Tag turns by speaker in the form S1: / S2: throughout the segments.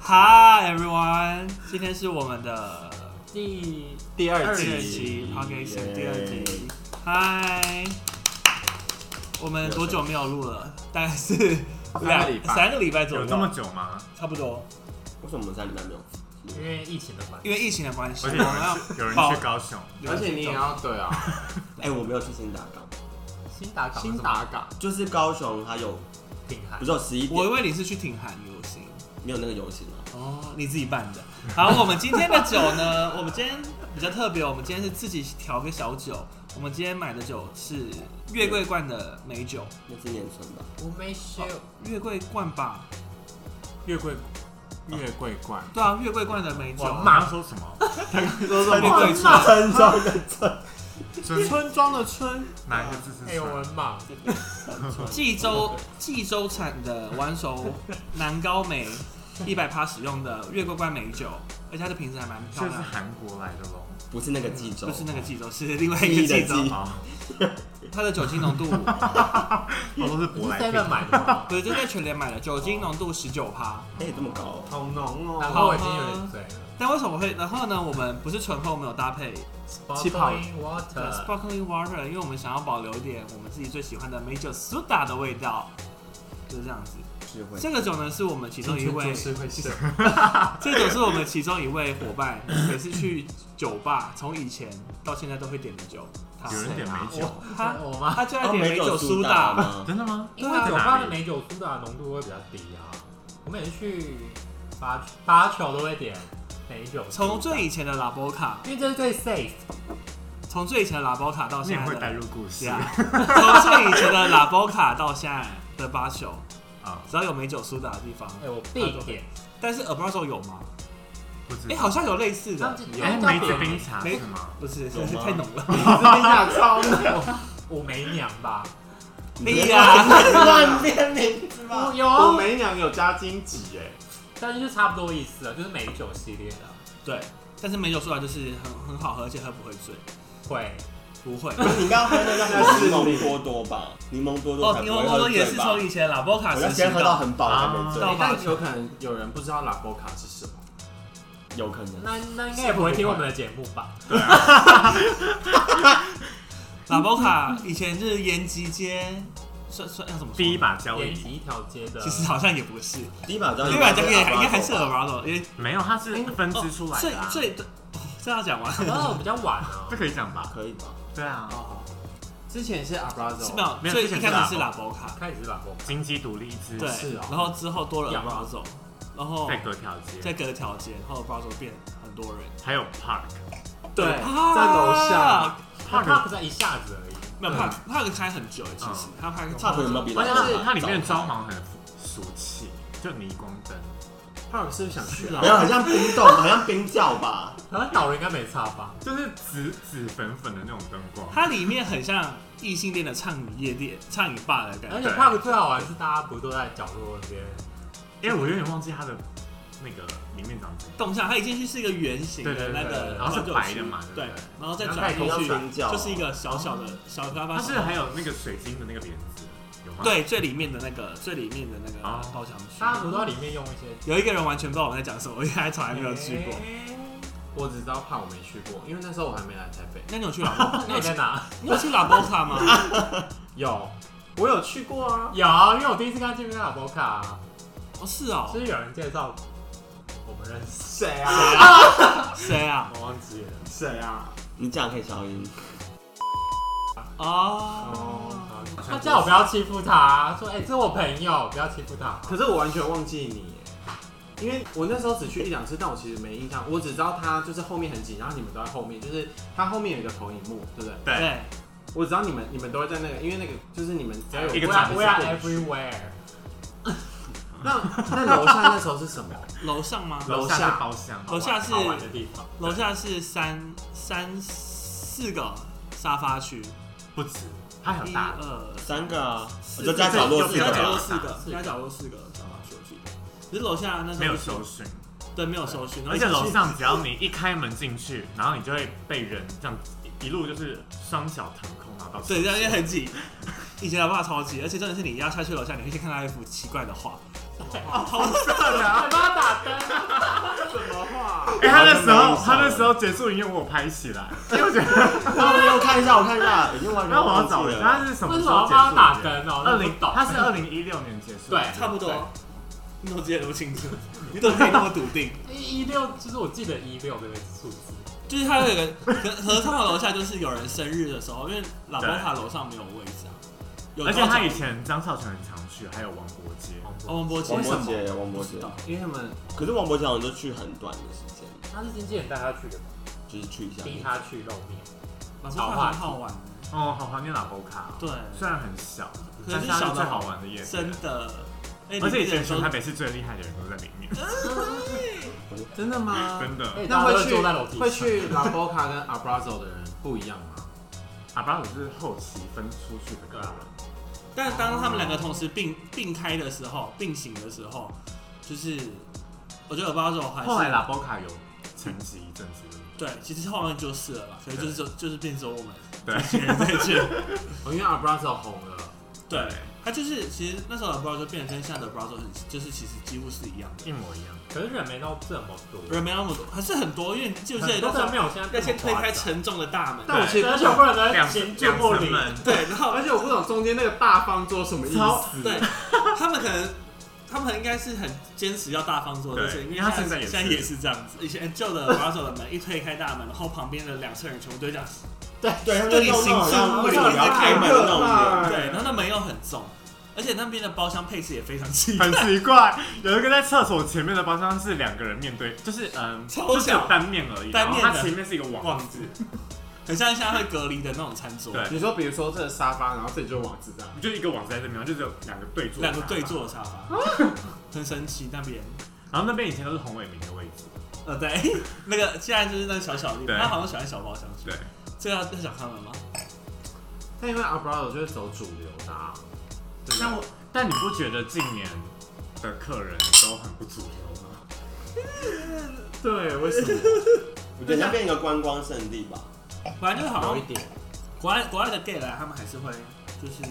S1: Hi everyone，今天是我们的
S2: 第
S3: 第二
S1: 第二
S3: 季
S1: 集 Podcast 第二
S3: 耶
S1: 集。嗨，我们多久没有录了？大概是
S3: 三个礼拜
S1: 三个礼拜左
S4: 有
S1: 右，
S4: 这么久吗？
S1: 差不多。
S3: 为什么我们三礼拜没有？
S2: 因为疫情的关系，
S1: 因为疫情的关系，
S4: 而
S1: 我
S4: 且
S1: 们
S4: 有人
S1: 要
S4: 去有人
S1: 保
S4: 去高雄，
S1: 有
S3: 而
S1: 人
S3: 且你也
S1: 走
S3: 要对啊，
S5: 哎、我没有去新达港，
S2: 新打港
S3: 新打港
S5: 就是高雄，它有
S2: 品牌
S5: 不是有十一
S1: 我以
S5: 点
S1: 为你是去挺韩游行
S5: 没有那个游行啊？
S1: 哦，你自己办的。好，我们今天的酒呢， 我们今天比较特别，我们今天是自己调个小酒。我们今天买的酒是月桂冠的美酒，
S5: 那是年春吧？
S2: 我没修，
S1: 月桂冠吧？
S4: 月桂月桂冠，
S1: 对啊，月桂冠的美酒。
S4: 我妈说什么？
S1: 都是月桂
S5: 春
S1: 冠。
S5: 春中的春，
S4: 村
S5: 村庄的村，
S4: 哪一个 字是
S2: 哎呦我
S4: 村？
S2: 很忙，
S1: 济州济州产的晚熟南高梅，一百趴使用的月桂冠美酒，而且它的瓶子还蛮漂
S4: 这是
S1: 亮的。
S4: 韩国来的喽。
S5: 不是那个冀州，
S1: 不是那个济州，是另外一个济州
S5: 记忆的。记
S4: 哦，
S1: 它的酒精浓度，
S4: 我都是
S2: 你
S4: 舶
S2: 是
S4: 来品
S2: seven 买的 吗？
S1: 对，这在全联买的，酒精浓度十九趴。
S5: 哎、这么高哦、
S3: 好浓
S2: 然
S1: 好
S2: 后我已经有点 醉了。
S1: 但为什么会？然后呢？我们不是醇厚，没有搭配气泡
S2: Sparkling water，
S1: sparkling water，因为我们想要保留一点我们自己最喜欢的美酒苏打的味道，就是这样子。
S5: 智慧
S1: 这个酒呢，是我们其中一位，
S2: 会是
S1: 这个酒是我们其中一位伙伴，每次去酒吧，从以前到现在都会点的酒。他
S4: 有人点美酒，
S1: 他
S2: 我吗？
S1: 他就爱
S5: 哦
S1: 点
S5: 美
S1: 酒苏
S5: 苏
S1: 打，
S5: 吗？
S4: 真的吗？
S2: 因为酒吧的美酒苏打浓度会比较低啊。我每次去八八球都会点美酒苏打，
S1: 从最以前的拉波卡，
S2: 因为这是最 safe。
S1: 从最以前的拉波卡到
S4: 你
S1: 现
S4: 也
S1: 在
S4: 会
S1: 的
S4: 带入故事
S1: 呀
S4: 啊？，
S1: 从最以前的拉波卡到现在的八宿，只要有美酒苏打的地方，
S2: 哎，我必点。
S1: 但是 a b r a z o 有吗？
S4: 不知
S1: 哎，
S4: 道
S1: 好像有类似的，
S2: 他
S4: 哎
S2: 们叫
S4: 梅子
S2: 点
S4: 冰茶
S1: 梅
S4: 是吗？
S1: 不是，
S5: 有吗
S1: 太浓了。
S2: 冰茶超浓， 我没娘 吧？
S1: 哎呀，
S5: 乱编名字
S2: 我
S5: 吗？
S2: 有啊，
S3: 梅娘有加荆棘哎，
S2: 但是就差不多意思了，就是美酒系列的，
S1: 对，但是美酒苏打就是很很好喝，而且喝不会醉，
S2: 会
S1: 不会。
S5: 你刚刚喝那个是柠檬多多吧？柠檬多多
S1: 哦，
S5: 才
S1: 柠
S5: 不会
S1: 檬
S5: 喝
S1: 多多也
S5: 醉
S1: 是
S5: 吧
S1: 从以前拉波卡
S5: 我
S1: 时
S5: 要
S1: 期
S5: 先喝到
S1: 的，
S5: 很饱才能
S1: 到
S5: 醉，
S1: 八
S3: 但
S1: 宿
S3: 有。可能有人不知道拉波卡是什么，
S5: 有可
S1: 嗯
S5: 能。
S2: 那那应该也不会听我们的节目吧？
S1: 拉波卡以前就是延吉街，算算要怎么说？
S4: 第一，把交
S2: 延
S4: 椅
S2: 吉一条街的，
S1: 其实好像也不是，
S5: 第一把交
S1: 第一把交易应该还是 a b r a z o 因为
S4: 没有，它是分支出来
S1: 最
S4: 的啊。
S1: 最哦这要讲完。
S2: 然后比较晚啊
S4: 这，可以讲吧？
S5: 可以吧？
S4: 对啊，
S3: 之前是阿布拉
S1: 是
S3: 佐
S1: 没，有，
S4: 没有
S1: 最
S4: 之前
S1: 一
S4: 是
S1: 开始是拉
S4: 拉
S1: 波卡，
S2: 开始吧，我
S4: 金鸡独立之
S1: 对
S3: 是哦，
S1: 然后之后多了 a
S2: 养
S1: b r a z o 然后
S4: 在隔条街
S1: 在，隔条街，然后 a b r a z o 变很多人，
S4: 还有 Park。
S1: 对，
S3: 在楼下
S2: 他他不在一下子而已，
S1: 没有 Park Park 开很久，其实他 Park
S5: 差不多有没有比
S4: 而且
S5: 它
S4: 它它里面的装潢很俗气，就霓光灯。
S3: 他有是不是想去
S5: 没有，好像冰冻，好像冰窖吧？
S2: 好像导人应该没差吧？
S4: 就是紫紫粉粉的那种灯光，
S1: 它里面很像异性恋的畅饮夜店、畅饮吧的
S2: 而
S1: 感
S2: 且
S1: 觉。
S2: Park 最好玩是大家不都在角落那边，
S4: 因为哎我有点忘记它的那个里面长怎样。
S1: 动向，它一进去是一个圆形
S4: 对
S1: 的
S4: 对
S1: 那
S4: 对
S1: 个
S4: 对，，然后是白的嘛，
S1: 对
S4: 不对？，嗯
S1: 然后再转
S2: 然
S1: 进
S2: 后
S5: 太空
S1: 去
S5: 要冰窖
S1: 就是一个小小的小沙发
S4: 它
S1: 上，
S4: 是还有那个水晶的那个帘子，有吗？，
S1: 对最里面的那个最里面的那个
S4: 哦
S1: 包厢
S2: 大家不
S1: 区。
S2: 都在里面用一些，
S1: 有一个人完全不知道我们在讲什么，因为他从来没有去
S4: 哎
S1: 过。
S3: 我只知道怕我没去过，因为那时候我还没来台北。
S1: 哦那你有去老波？你有
S2: 那你
S1: 去
S2: 在哪？
S1: 你有去老波卡 吗？
S2: 有
S3: 我有去过啊，
S2: 有，因为我第一次跟他见面在老波卡，
S1: 哦，是哦
S2: 就，是有人介绍我们认识，
S3: 谁啊？
S1: 谁啊？
S2: 我忘记了。
S3: 谁啊？
S5: 你这样可以消音。
S1: 哦，
S2: 他叫我不要欺负他，说哎、这是我朋友，不要欺负他。
S3: 可是我完全忘记你耶，因为我那时候只去一两次，但我其实没印象，我只知道他就是后面很紧，然后你们都在后面，就是他后面有一个投影幕，对不对？
S4: 对，
S1: 对，
S3: 我只知道你们你们都会在那个，因为那个就是你们只要有
S4: 一个
S2: We
S4: 展
S2: are
S4: 示
S2: we are everywhere。
S3: 那那楼下那时候是什么？
S1: 楼上吗？
S4: 楼
S3: 楼
S4: 下
S3: 下
S4: 是包厢，
S1: 楼下是
S2: 好玩的地方，
S1: 楼下是三三四个沙发区，
S4: 不止，它还
S1: 一
S4: 有大的，
S1: 二
S5: 三个啊，
S1: 四
S5: 我就加角落四
S1: 加
S5: 个
S1: 角落
S5: 吧。
S1: 四个，加角落四个沙发区我记得。只是楼下那时候
S4: 没有
S1: 就是
S4: 搜寻，
S1: 对，没有搜寻，
S4: 而且楼上只要你一开门进去，然后你就会被人这样一路就是双脚腾空，然后到
S1: 对，这样也很挤。以前老爸超级，而且重点是你压下去楼下，你会先看到一幅奇怪的画，
S2: 嘴巴打灯，啊
S3: 什么话？
S4: 哎、他那时候他那时候结束营业，我有拍起来，因为我觉得
S5: 那我看一下，我看一下，已经完全
S4: 那我要
S5: 忘记
S4: 找一下
S5: 了。
S4: 他是什么
S2: 为
S4: 时
S2: 什么要
S4: 候结
S2: 帮他打
S4: 束营业？
S2: 灯哦？
S4: 二零，
S2: 懂，
S4: 他是二零一六年结 束的，
S2: 对
S1: 差不多。你都记得那么清 楚，你怎么可以那么笃定？
S2: 一一六，就是我记得一六这个数字，
S1: 就是他有一个合 合唱的楼下，就是有人生日的时候，因为老公他楼上没有位置啊，有
S4: 而且他以
S1: 前
S4: 前张少泉很常去，还有王柏杰，
S1: 王柏杰
S5: 王伯杰，王伯杰，
S3: 因为他们
S5: 可是王伯杰好像就去很短的时间，
S2: 他是经纪人带他去的嘛，
S5: 就是去一下。
S2: 逼他去露面，
S1: 老公他很好玩，
S4: 哦，好怀念老欧卡、哦，
S1: 对，
S4: 虽然很小，
S1: 可能
S4: 但是
S1: 是
S4: 他
S1: 小
S4: 是最
S1: 的
S4: 好玩的夜
S1: 真
S4: 店。
S1: 的。哎
S4: 而且以
S1: 你记得
S4: 前
S1: 说
S4: 全台北市最厉害的人都在里面，
S3: 真的
S1: 啊
S3: 吗？
S4: 真
S1: 哎
S4: 的。
S2: 哎
S3: 那会去
S2: 坐在楼梯上
S3: 会去 La Boca 跟 Abrazo 的人不一样吗？
S4: 阿巴鲁是后期分出去
S1: 啊
S4: 的啊个人，
S1: 但当他们两个同时并并开的时候，并行的时候，就是我觉得 Abazo 还
S4: 后来
S1: 是
S4: 拉波卡有沉寂一阵子，
S1: 对，其实后面就是了啦，可能就是就就是变成我们
S4: 对
S1: 几个人在见。
S3: 哦，因为 Abrazo 红了，
S1: 对，他就是其实那时候的 Abazo 变得跟现在的 Abazo 很，就是其实几乎是一样的，
S4: 一模一 样。
S2: 可是人没到这么多，
S1: 人没那么多，还是很多，因为你记不记得
S2: 都
S1: 那时候
S2: 没有现在
S1: 要先推开沉重的大门，
S3: 但我其实
S2: 而
S3: 不
S2: 且
S3: 懂，
S2: 不然呢，
S4: 两
S2: 先
S4: 两
S2: 过
S4: 层
S2: 你，
S4: 门，
S1: 对，然后
S3: 而且我不懂中间那个大方桌什么意
S4: 超
S3: 思。
S1: 对他们可能。他们应该是很坚持要大方做这事，
S4: 对
S1: 因为
S4: 因为他
S1: 现
S4: 现在也
S1: 现
S4: 是
S1: 在也是这样子。以前旧 的 Abazo 的门一推开大门，然后旁边的两侧人全部都这样
S5: 对，他们
S1: 对你
S5: 就弄
S1: 行
S5: 那
S1: 事
S5: 种
S1: 不
S5: 为
S1: 礼
S5: 什么要开门的那种
S3: 太可怕
S5: 脸。
S3: 了
S1: 对，然后那门又很重，而且那边的包厢配置也非常奇怪
S4: 很。奇怪。有一个在厕所前面的包厢是两个人面对，就是嗯，
S1: 超
S4: 就是
S1: 小
S4: 有单面而已，
S1: 单
S4: 然
S1: 面
S4: 后
S1: 的
S4: 它前面是一个网
S1: 网子，很像现在会隔离的那种餐桌，
S4: 对
S3: 你说，比如说这个沙发，然后这里就是网子这样，
S4: 就一个网子在这边，然后就只有两个对坐，
S1: 两个对。坐的沙发，很神奇那边。
S4: 然后那边以前都是洪伟明的位置，
S1: 呃，对， 那个现在就是那个小小的地方，
S4: 对
S1: 他好像喜欢小包厢去。
S4: 对，
S1: 这个要要讲他们吗？
S3: 但因为 Abrazo 就是走主流的、啊，对不对
S4: 但我但你不觉得近年的客人都很不主流吗？
S3: 对，为什么？
S5: 我觉得它变一个观光圣地吧。
S1: 反正就是好
S3: 有一
S1: 像
S3: 点，
S1: 国外国外的 gay 来，他们还是会就是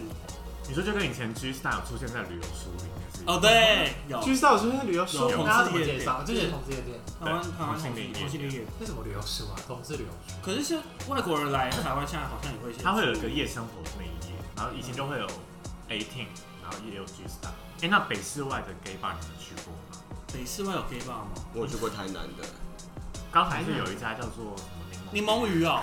S4: 你说就跟以前 G Star 出现在旅游书里面是一样
S1: 哦，，对，有
S2: 嗯
S3: 居少就是旅游书
S1: 有，
S2: 大家怎么介绍？就是同志夜店，
S1: 台湾台湾同
S4: 同性
S1: 性
S4: 恋
S1: 同性恋。
S2: 这什么旅游书啊？同志旅游书，
S1: 可是现在外国人来台湾，现在好像也会先
S4: 它会有一个夜生活那一页，然后以前就会有 Eighteen，然后也有 G Star。哎、那北市外的 gay bar 你们去过吗？
S1: 北市会有 gay bar 吗？
S5: 我有去过台南的，
S4: 刚才是有一家叫做什么
S1: 柠
S4: 柠檬
S1: 檬鱼哦，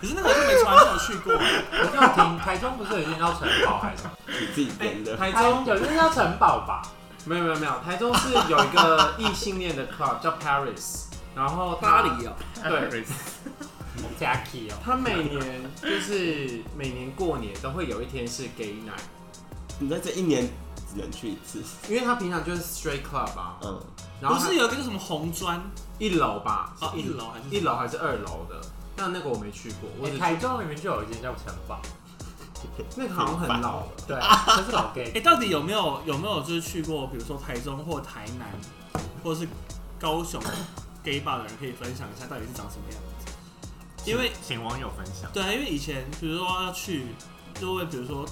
S1: 可是那个我就没传，没有去过。
S2: 我就听台中不是有一间叫城堡还是什么？
S5: 你自己编
S1: 哎
S5: 的。
S3: 台
S2: 台中
S3: 中
S2: 有一间叫城堡吧？
S3: 没有没有没有，台中是有一个异性恋的 club 叫 Paris，然后它
S1: 巴黎哦，
S3: 对
S4: Paris
S2: ，Jacky 哦，
S3: 它每年就是每年过年都会有一天是 gay night。
S5: 你在这一年只能去一次，
S3: 因为他平常就是 straight club 啊，
S5: 嗯，
S3: 然后
S1: 不
S3: 它
S1: 是有一个什么红砖
S3: 一楼吧？
S1: 哦，一楼还是
S3: 一楼还是二楼的？但那个我没去过，我
S2: 哎
S3: 只去、
S2: 台中明明就有一间叫城堡，
S3: 那个好像很老了。
S2: 对，这是老
S1: 哎、
S2: gay，
S1: 到底有没有有没有就是去过，比如说台中或台南，或是高雄 gay bar 的人，可以分享一下到底是长什么样子？因为
S4: 请网友分享。
S1: 对啊，因为以前比如说要去，就问比如说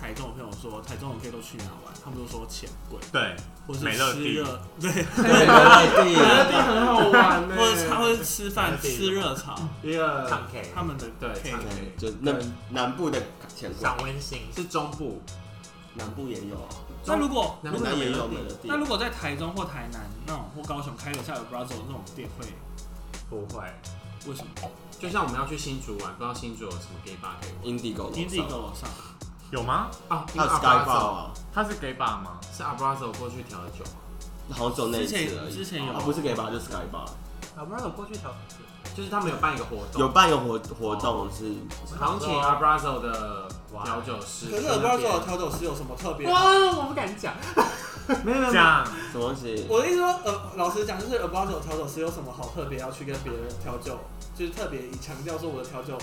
S1: 台中的朋友说台中的 gay 都去哪玩，他们都说钱贵，
S4: 对，
S1: 或是
S4: 美乐
S1: 吃
S4: 地
S1: 热，对，
S3: 对，那地很好玩呢、
S1: 或者他会吃饭
S2: 美乐地
S1: 吃热炒，
S3: 一个
S2: 唱 K，
S1: 他们的
S3: 对
S1: gay
S3: 唱 K
S5: 对，就那
S3: 对
S5: 南部的钱柜，
S2: 想温馨，
S3: 是中部，
S5: 南部也有啊，
S1: 那如果
S3: 南部
S5: 南部
S3: 的
S5: 也
S3: 美
S5: 有
S3: 乐
S5: 美
S3: 地
S5: 乐地
S1: 那。如果在台中或台南那种或高雄开楼下有 Brazo 那种店会，
S2: 不会，
S1: 为什么
S3: 就像我们要去新竹玩，不知道新竹有什么 gay bar 可以玩
S5: Indigo
S1: 你自己
S5: 楼
S1: 给
S5: 上，
S1: 我上？
S4: 有吗？
S3: 啊？
S5: 还有 Sky Bar 啊，
S4: 它是 gay bar 吗？
S3: 是 Abrazo 过去调的酒嘛，
S5: 好像只有那一
S1: 之
S5: 次而
S1: 前
S5: 已
S1: 之前有、
S5: 啊，不是 Gay Bar 就是 Sky Bar，
S2: 啊，不然我过去调，
S3: 就是他们有办一个活动，
S5: 有办一个活活动是，
S3: 好像请 Abrazo 啊的调酒师去那边。
S1: 调酒师有什么特别
S2: 哇，我不敢 讲，
S3: 没有没有
S4: 这
S3: 没有，
S4: 样
S5: 什么东西？
S1: 我的意思说，呃，老实讲，就是 a b r a z o 调酒师有什么好特别要去跟别人调酒，就是特别强调说我的调酒，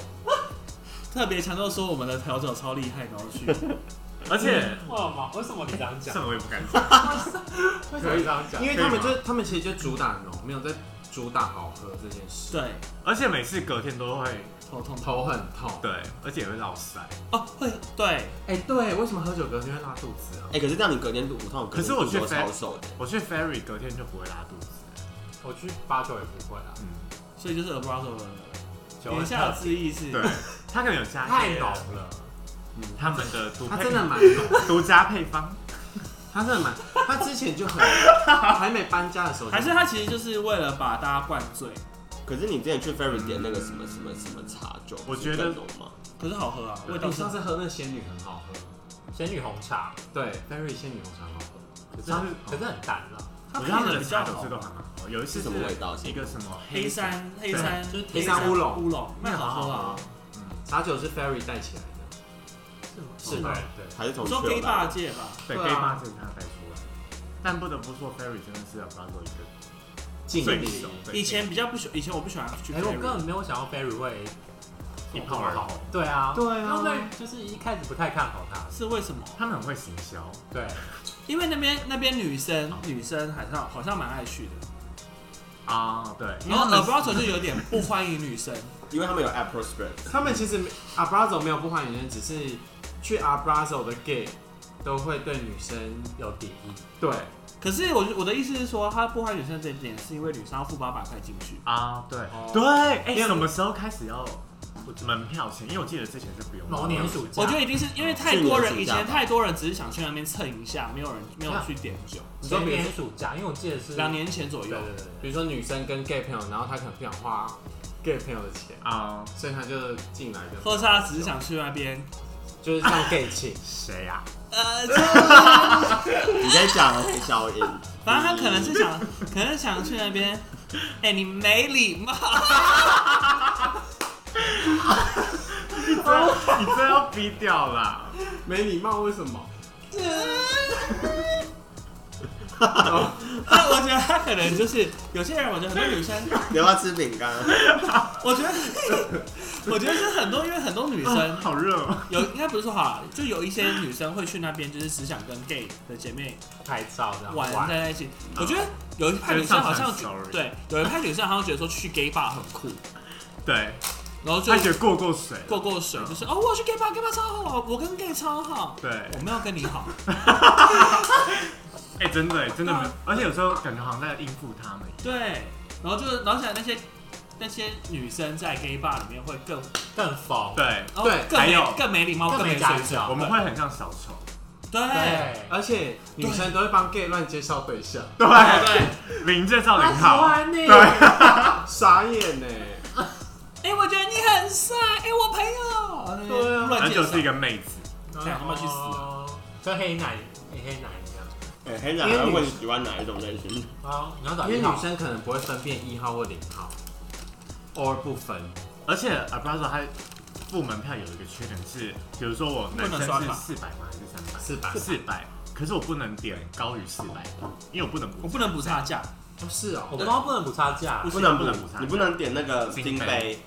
S1: 特别强调说我们的调酒超厉害，然后去
S4: 而且
S3: 嗯
S2: 为什么？为什么你这样
S4: 这
S2: 讲？
S4: 个我也不敢讲，
S2: 为什么你这样讲？
S3: 因为他们就是他们其实就主打浓，没有在主打好喝这件事，
S1: 对，
S4: 而且每次隔天都会
S1: 头痛
S3: 头很痛。
S4: 对，而且也会落腮。
S1: 哦，会对，
S3: 哎、对，为什么喝酒隔天会拉肚子啊？
S5: 哎、可是这样你隔天肚子痛，
S4: 可是我去
S5: 隔天肚
S4: Fe-
S5: 子都超瘦的。
S4: 我去 Ferry 隔天就不会拉肚子，
S2: 我去八九也不会啊，
S4: 嗯，
S1: 所以就是 abrasive
S2: 酒
S1: 言下之意是，
S4: 对，他可能有加一
S2: 太
S4: 些
S2: 浓了，
S4: 他们的独
S3: 他
S4: 配
S3: 真的蛮浓，
S4: 独家配方，
S3: 他真的蛮，他之前就很还没搬家的时候就，
S1: 还是他其实就是为了把大家灌醉，
S5: 可是你之前去 Ferry 点那个什么什么什么茶酒，
S4: 我觉得
S5: 不是更浓吗？
S1: 可是好喝啊，味道
S3: 你
S1: 是
S3: 上。次喝那仙女很好喝，
S2: 仙女红茶，
S3: 对，Berry 仙女红茶很好喝，
S4: 可
S2: 可是可是很淡啊了。
S1: 它
S4: 我觉
S1: 配
S4: 得他们
S1: 的
S4: 的
S1: 比较
S4: 茶酒
S1: 好
S4: 制，都很好，有一次
S5: 是什么味道
S4: 一个什么
S1: 黑山黑山就是
S3: 黑山乌龙
S1: 乌龙，那好喝啊。
S3: 茶酒是 Ferry 带起来的，
S2: 是
S3: 吗
S2: 吗？哦对，
S5: 还是从
S1: 你说 gay
S5: 去
S1: bar 界吧，
S4: 对
S3: 对啊
S4: gay bar 这个他带出来，但不得不说 Ferry 真的是 Abrazo 一
S3: 劲
S4: 个最
S3: 力
S4: 熟，最
S1: 以前比较不喜，以前我不喜欢去
S2: 哎，我根
S1: Ferry，
S2: 本没有想到 Berry 会
S4: 一炮而红，
S2: 对啊，
S3: 对啊
S2: 因为就是一开始不太看好他，
S1: 是为什么？
S4: 他们很会行销，
S2: 对，
S1: 因为那边那边女生女生好像好像蛮爱去的，
S4: 啊，对，
S1: 然后
S4: 因为
S1: abrasive 就有点不欢迎女生，
S5: 因为他们有 Apple Spritz，
S3: 他们其实 Abrazo 没有不欢迎人，只是去 Abrazo 的 gay 都会对女生
S2: 有敌意。
S3: 对
S1: 可是我我的意思是说，他不欢迎女生这一点，是因为女生要付八百块进去。
S4: 啊，对
S2: 哦
S4: 对，哎，
S3: 因为
S4: 什么时候开始要门票钱？因为我记得之前是不用的
S2: 某年暑假，
S1: 我觉得一定是因为太多人，
S5: 去
S1: 以
S5: 年暑假吧
S1: 前太多人只是想去那边蹭一下，没有人没有去点酒。
S2: 前年暑假，因为我记得是
S1: 两，年前左
S2: 对
S1: 右
S2: 对，对
S3: 比如说女生跟 gay 朋友，然后她可能不想花 gay 朋友的钱，
S4: 啊，
S3: 所以她就进来
S1: 或
S3: 就
S1: 是他只是想去那边，
S3: 就是像 gay 情，
S4: 谁啊呀？
S1: 呃，
S5: 你在讲小 英，
S1: 反正他可能是想，可能想去那边。哎、你没礼貌，
S4: 你真你真要逼掉啦！
S3: 没礼貌为什么？
S1: 但我觉得他可能就是有些人，我觉得很多女生，
S5: 你要不要吃饼干？
S1: 我觉得，我觉得是很多，因为很多女
S4: 啊
S1: 生
S4: 好热哦，
S1: 有应该不是说好啦，就有一些女生会去那边，就是只想跟 gay 的姐妹
S2: 拍照这样
S1: 玩在一起。
S4: 啊
S1: 我觉得有一派女生好像觉对，有一派女生好像觉得说去 gay bar 很酷，
S4: 对，
S1: 然后就
S4: 他觉得过过水，
S1: 过过水，就是哦，我去 gay bar，gay bar 超好，我跟 gay 超好，
S4: 对，
S1: 我没有跟你好，
S4: 哎，真的真
S1: 对
S2: 嗯
S4: 的
S1: 啊，
S4: 而且有时候感觉好像在应付他们一样。
S1: 对，然后就是，然后现在那些那些女生在 gay bar 里面会更，
S2: 更疯，
S4: 对，
S1: 然后
S3: 对
S1: 更
S4: 还
S1: 没
S4: 有
S1: 更没礼貌，
S2: 更
S1: 更
S2: 没
S1: 没
S2: 家
S1: 水准，
S2: 教，
S4: 我们会很像小丑，
S1: 对
S2: 对，
S3: 而且女生都会帮 gay 乱介绍对象，
S4: 对，
S1: 对，
S4: 零介绍
S2: 他
S4: 零
S2: 喜
S4: 号，
S2: 欢你，
S4: 对，
S3: 傻眼欸呢、
S1: 哎，我觉得你很帅，哎，我朋友，
S3: 对啊
S1: 乱
S4: 那
S1: 介
S4: 就是一
S1: 绍，
S4: 个妹子，
S1: 这样他们去死啊
S3: 哦
S2: 跟黑奶黑奶一样。
S5: 哎、黑仔还要问你喜欢哪一种类型？
S2: 啊，你要找
S3: 因为
S2: 一号
S3: 女生可能不会分辨一号或零号，or 不分，
S4: 而且啊 Abrazo 它付门票有一个缺点是，比如说我男
S1: 不能刷
S4: 生
S1: 卡
S4: 是四百吗？还是三百？
S3: 四百
S4: 四百，可是我不能点高于四百，因为我不能补，
S1: 我不能补差价，
S3: 不是哦
S2: 我们都不能补差价，
S4: 不
S5: 能
S4: 不能补
S5: 你不能点那个金
S4: 金
S5: 杯
S4: 杯，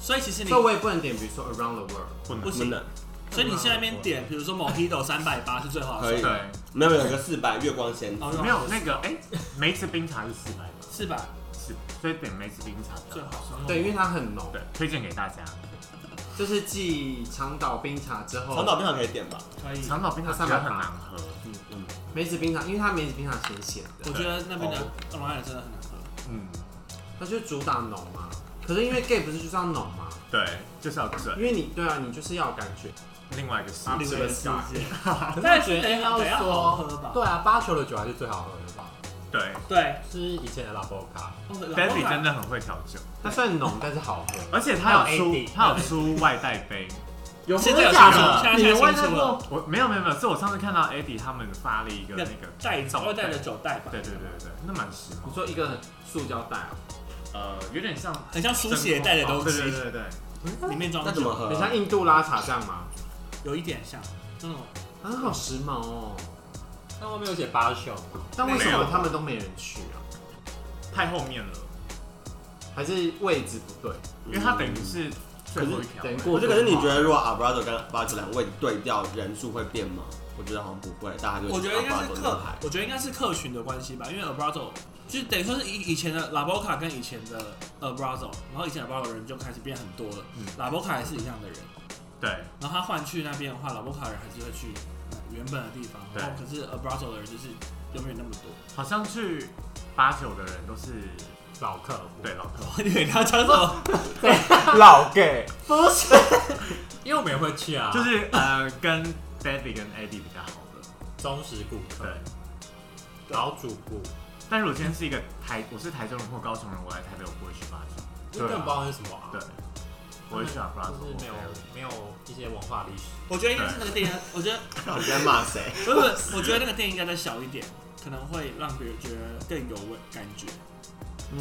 S1: 所以其实你
S3: 所以我也不能点，比如说 around the world，
S1: 不
S4: 不能，
S1: 行
S5: 不能。
S1: 所以你现在那边点，比如说 Mojito 三百八是最好的，
S5: 可以，
S4: 对，
S5: 没有有一个四百月光仙子，
S1: 哦
S4: 没有那个哎，梅子冰茶是四百吗？
S1: 四百
S4: 是，所以点梅子冰茶比
S1: 最
S4: 较好。
S1: 好，
S3: 哦对，因为它很浓，
S4: 对，推荐给大家。
S3: 就是继长岛冰茶之后，
S5: 长岛冰茶可以点吧？
S1: 可以。
S4: 长岛冰茶真的很难喝，
S5: 嗯嗯，
S3: 梅子冰茶，因为它梅子冰茶咸咸
S1: 我
S3: 的，
S1: 觉得那边的龙眼真的很难喝。
S4: 嗯，
S3: 它就主打浓嘛。可是因为 gay 不是就是要浓嘛，
S4: 对，就是要准。
S3: 因为你对啊，你就是要有感觉。
S4: 另外一个是，
S1: 另外一个世界，
S2: 可
S1: 但是
S2: 是觉得
S1: 得
S2: 要
S1: 要
S2: 说，对啊，八球的酒还是最好喝的吧？
S4: 对
S1: 对
S2: 是以前的老波卡，
S4: ，David 真的很会调酒，
S3: 它虽然浓，但是好喝。
S4: 而且他有
S2: 还
S4: 出
S2: 有 AD
S4: 他有出外带杯。
S3: 有
S1: 现在有
S3: 假
S1: 新
S3: 的？
S1: 出现在
S3: 你
S1: 现
S3: 们
S1: 在
S3: 外
S1: 新
S3: 带
S1: 出了
S3: 过？
S4: 我没有没有没有，是我上次看到 Eddie 他们发了一个那个
S1: 带
S4: 罩
S1: 早带的酒袋吧，
S4: 对对对对，那蛮时髦
S3: 你。说一个塑胶袋啊，
S4: 呃，有点像
S1: 很像书写带的东
S4: 哦对
S1: 西，
S4: 对对对对，
S1: 里面装
S5: 那怎么
S1: 酒，
S5: 喝啊
S3: 很？像印度拉茶这样吗？
S1: 有一点像那种
S3: 啊，好时髦哦！
S2: 那外面有写八球吗？
S3: 但为什
S4: 没
S3: 么
S4: 有
S3: 他们都没人去啊？
S4: 太后面了，
S3: 还是位置不 对？
S4: 因为它等于是最后一条。
S3: 可是等于
S5: 我
S3: 过
S5: 就可是你觉得，如果 Abrado 跟 b a r 两位对调，人数会变吗？我觉得好像不会，大家就
S1: 我觉得应该是
S5: Alvarado 那
S1: 客
S5: 派，
S1: 我觉得应该是客群的关系吧，因为 Abrazo 就是等于说是以以前的 La Boca 跟以前的 Abrazo，然后以前 Abrazo 人就开始变很多了、
S5: 嗯
S1: l a Boca 也是一样的人，
S4: 对，
S1: 然后他换去那边的话，La Boca 人还是会去呃原本的地方，
S4: 对
S1: 然后可是 Abrazo 的人就是永远那么多。
S4: 好像去八九的人都是
S2: 老客户，
S4: 对老客户，
S1: 我以为你要讲什
S5: 哦
S1: 么？
S2: 老 gay，
S1: 不是，
S2: 因为我们也会去啊，
S4: 就是呃跟 David 跟 Eddie 比较好的。
S2: 忠实顾客
S4: 对，，
S2: 老主顾，
S4: 但如果今天是一个台，我是台中人或高雄人，我来台北我不会去八九，
S2: 我根本不知道那是什么啊，
S4: 对，我会去阿布拉
S2: 就是没有没有一些文化历史，
S1: 我觉得应该是那个店，我觉得
S5: 你在骂谁？
S1: 不是不是，我觉得那个店应该再小一点，可能会让别人觉得更有味感觉。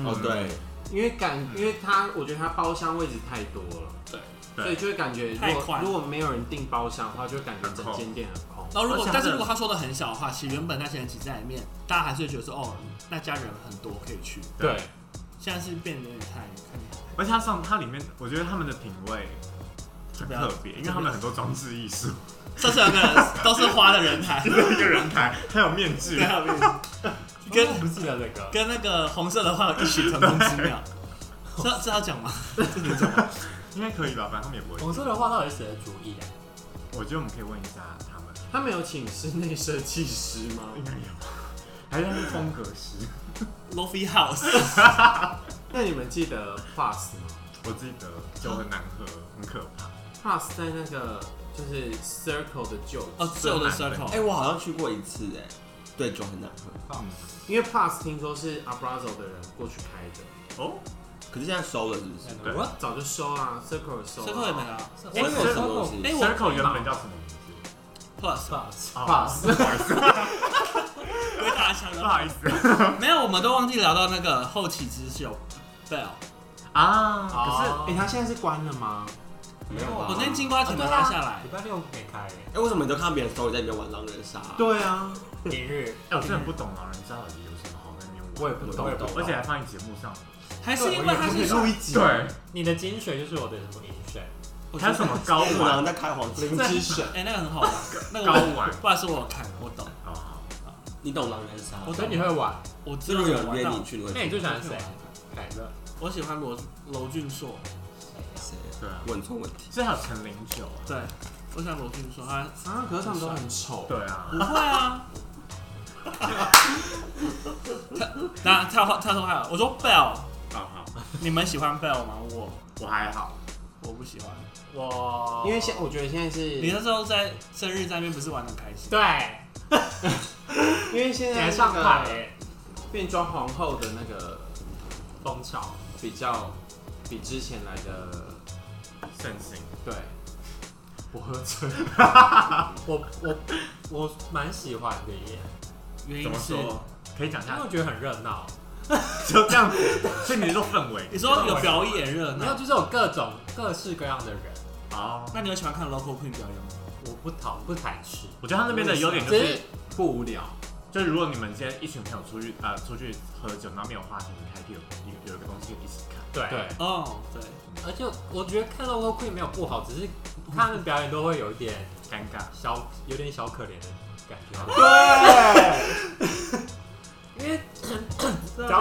S5: 哦，对，
S3: 因为感，因为他我觉得他包厢位置太多了，
S1: 对，
S3: 所以就会感觉如
S1: 太
S3: 果
S1: 快
S3: 如果没有人订包厢的话，就会感觉整
S4: 很空
S3: 间店很空。
S1: 然后如果
S4: 而且它的
S1: 但是如果他说的很小的话，其实原本那些人挤在里面，大家还是会觉得说哦，那家人很多可以去。
S4: 对
S2: 对，
S1: 现在是变得有点太看起来
S4: 而且它上它里面，我觉得他们的品味很特别，因为他们很多装置艺术，
S1: 上次两个人都是花的人台，
S4: 一个人台还 有面具
S1: 对，啊，
S2: 跟
S1: 跟
S2: 我不记得这个，
S1: 跟那个红色的话有异曲同工之妙。这这要讲吗？
S4: 应该可以吧？反正他们也不会。
S2: 红色的话到底是谁的主意啊？
S4: 我觉得我们可以问一下他们，
S3: 他们有请室内设计师吗？
S4: 应该有，还是他们风格师？
S1: Lofi House，
S3: 那你们记得 Plus 吗
S4: 我记得酒很难喝，很可怕。
S3: ？Plus 在那个就是 Circle 的旧址
S1: 哦，旧的
S5: 哎、
S1: Circle，
S5: 我好像去过一次、哎，对，酒很难喝，
S3: 因为 Plus 听说是 Abrazo 的人过去开的，
S4: 哦，
S5: 可是现在收了，是不是？
S4: 对
S2: 我
S3: 早就收啊，Circle 也收、啊、
S1: Circle 也没了
S5: 我有什么东西？
S1: 哎我
S4: Circle 原本叫什么名字？
S1: ，Plus
S2: ，pass
S4: 哦
S2: pass，
S1: 归大强
S4: 不
S1: 的话
S4: 好，意思
S1: 没有，我们都忘记聊到那个后起之秀 Bell。
S4: 啊，可是
S2: 哦
S3: 哎、他现在是关了吗？
S5: 没有吧？
S1: 我那天金瓜
S2: 啊
S1: 田
S2: 对
S1: 都
S2: 啊
S1: 拉下来
S2: 礼，拜六没开耶，
S5: 哎、为什么你都看到别人手里在里面玩狼人杀、
S3: 对啊，
S2: 平日，
S4: 哎，我真的不懂狼人杀到底有什么好在那边
S2: 我
S4: 玩
S2: 也不
S5: 我也
S2: 懂
S5: 不，懂
S4: 而且还放在节目上。
S1: 还是因为他是
S5: 录一集，
S4: 对，
S2: 你的金水就是我的什么银水，
S1: 我觉
S4: 还
S1: 得
S4: 有什么高
S5: 我好
S4: 啊玩
S5: 像？啊在开黄
S3: 灵之神，
S1: 哎、那个很好玩，那个
S4: 高
S1: 我
S4: 玩
S1: 不然说我有看，我懂，
S4: 哦，好
S5: 你懂狼人杀？
S1: 我
S2: 所以
S1: 懂，
S2: 你会玩，
S1: 我知
S5: 是
S1: 道
S5: 不是有
S1: 我
S5: 人
S1: 玩
S5: 约
S1: 到
S5: 你。去？你会去
S2: 那你最喜欢谁？凯乐，
S1: 我喜欢罗娄俊硕，
S5: 谁？
S4: 对啊，
S5: 问错问题。
S4: 所以还有陈零九啊。
S1: 对，我喜欢罗俊硕，他
S3: 啊，可是他们都很丑。
S4: 对啊
S1: 不，会啊。他那他话他说还有，我说 Bell，
S4: 好好，
S1: 你们喜欢 Bell 吗？我
S4: 我还好。
S1: 我不喜欢。
S2: 我
S3: 因为现我觉得现在是，
S1: 你那时候在生日在那边不是玩的开心？
S2: 对，
S3: 因为现
S2: 你
S3: 在
S2: 还上
S3: 那
S2: 海
S3: 个
S2: 耶，
S3: 变装皇后的那个
S2: 风潮，
S3: 比较比之前来的
S4: 盛行，
S3: 对，
S2: 我喝醉， 我我我蛮喜欢的耶，
S1: 原
S4: 怎
S1: 因
S4: 么
S1: 是
S4: 说？可以讲一
S2: 因为
S4: 下，
S2: 我觉得很热闹，
S4: 就这样子。所以你是说氛围？
S1: 你说有表演热
S2: 没有
S1: 闹，
S2: 就是有各种各式各样的人，
S4: 哦，
S1: 那你有喜欢看 Local Queen 表演吗？
S2: 我不讨不排斥，
S4: 我觉得他那边的优点就
S2: 只
S4: 是
S2: 是
S3: 不无聊。
S4: 就是如果你们今天一群朋友出去呃出去喝酒，然后没有话题，你们还可以有有有一个东西一起看。
S2: 对
S3: 对，
S1: 哦，对，
S2: 而且我觉得看 Local Queen 没有不好，只是他们表演都会有一点
S4: 尴尬，
S2: 小有点小可怜的感觉，
S3: 对，
S2: 因为
S1: 只
S2: 要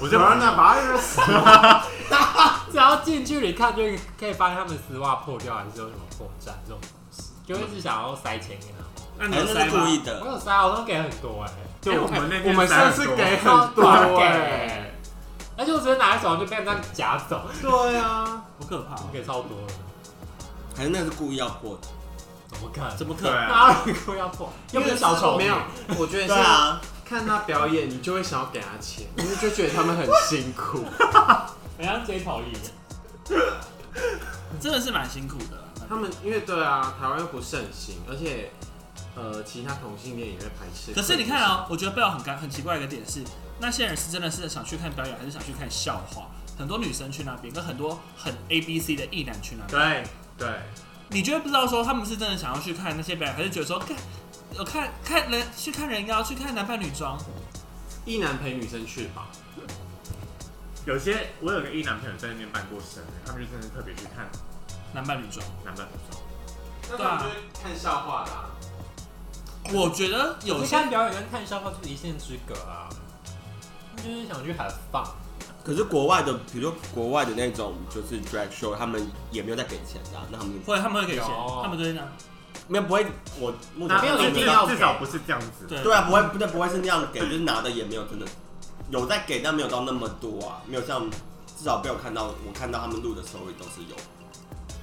S4: 我
S3: 怎
S4: 就
S3: 么呢？把二 死。
S2: 只要近距离看就可以发现他们丝袜破掉还是有什么破绽这种东西，就会一直想要塞钱给他们。
S1: 那你
S5: 哎
S1: 有
S5: 那
S1: 塞
S5: 是
S1: 吗
S5: 故？意
S2: 我
S5: 的。
S2: 有塞，啊我都给很多哎、
S4: 对我们那边
S3: 我们上次给很多
S2: 我给、
S3: 哎。
S2: 而且我直接拿在手上就被他们这样夹走，
S3: 对啊，
S1: 好可怕哦！
S2: 我给超多了，
S5: 还是那个是故意要破的？
S2: 怎么看？
S1: 怎么可
S4: 对
S1: 能？
S4: 啊，
S2: 哪有人要破？又不是小丑，
S3: 没有，我觉得是，
S5: 啊
S3: 看他表演，你就会想要给他钱，因为就觉得他们很辛苦。
S2: 人家直接讨厌。
S1: 真的是蛮辛苦的啦。啊
S3: 他们因为对啊，台湾又不盛行，而且呃，其他同性恋也会排斥。
S1: 可是你看啊、我觉得贝尔很尴很奇怪的一个点是，那些人是真的是想去看表演，还是想去看笑话？很多女生去那边，跟很多很 A B C 的异男去那边，
S4: 对对，
S1: 你就会不知道说他们是真的想要去看那些表演，还是觉得说看有看看人去看人妖，去看男扮女装，
S3: 一男陪女生去吧，
S4: 有些我有个一男朋友在那边办过生日，他们就真的特别去看
S1: 男扮女装。
S4: 男扮女装，
S3: 那他们就会看笑话啦、
S1: 我觉得有
S2: 有
S1: 些
S2: 看表演跟看笑话就是一线之隔啊，就是想去喊放。
S5: 可是国外的，比如说国外的那种就是 drag show，他们也没有在给钱的啊、那他们
S1: 会他们会给钱
S2: 有，
S1: 他们就会那样。
S5: 没有不会，我目前
S2: 没有
S5: 看到
S2: 一定
S5: 的
S2: 要
S4: 至少不是这样子。
S1: 对
S5: 对啊，不会不对，不会是那样给，就是拿的也没有真的有在给，但没有到那么多啊，没有像至少被我看到，我看到他们录的时候也都是有，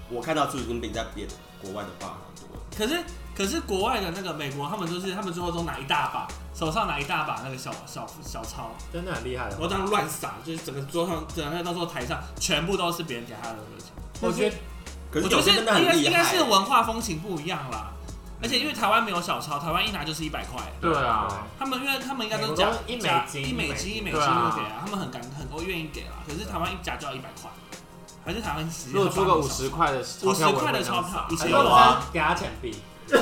S5: 我看到朱军比在别的国外的话很多，
S1: 可是可是国外的那个美国，他们就是他们最后都拿一大把，手上拿一大把那个小小小钞，
S2: 真的很厉害的哦
S1: 然。后这样乱撒，就是整个桌上整个那个到时候台上全部都是别人给他的东西。
S2: 我觉得
S5: 可
S1: 我
S5: 是
S1: 觉
S5: 有
S1: 得是
S5: 些
S1: 应
S5: 真的很
S1: 该
S5: 厉
S1: 应该是
S5: 害。
S1: 文化风情不一样啦，而且因为台湾没有小钞，台湾一拿就是一百块。
S2: 对啊，
S1: 他们因为他们应该
S2: 美
S1: 都
S2: 国
S1: 假
S2: 都一美
S1: 假
S2: 金
S1: 一美
S2: 一美
S1: 金一
S2: 金
S1: 美金
S2: 对
S1: 就
S2: 啊
S1: 给啊，他们很敢很多愿意给啦。可是台湾一假就要一百块，还是台湾其实
S2: 如果出
S1: 要
S2: 个
S1: 放
S2: 五
S1: 小钞
S2: 十块的钞票，
S1: 50块的钞票以
S2: 还
S3: 哎
S1: 前
S2: 是
S5: 有啊
S2: 我再给他钱币。
S5: 欸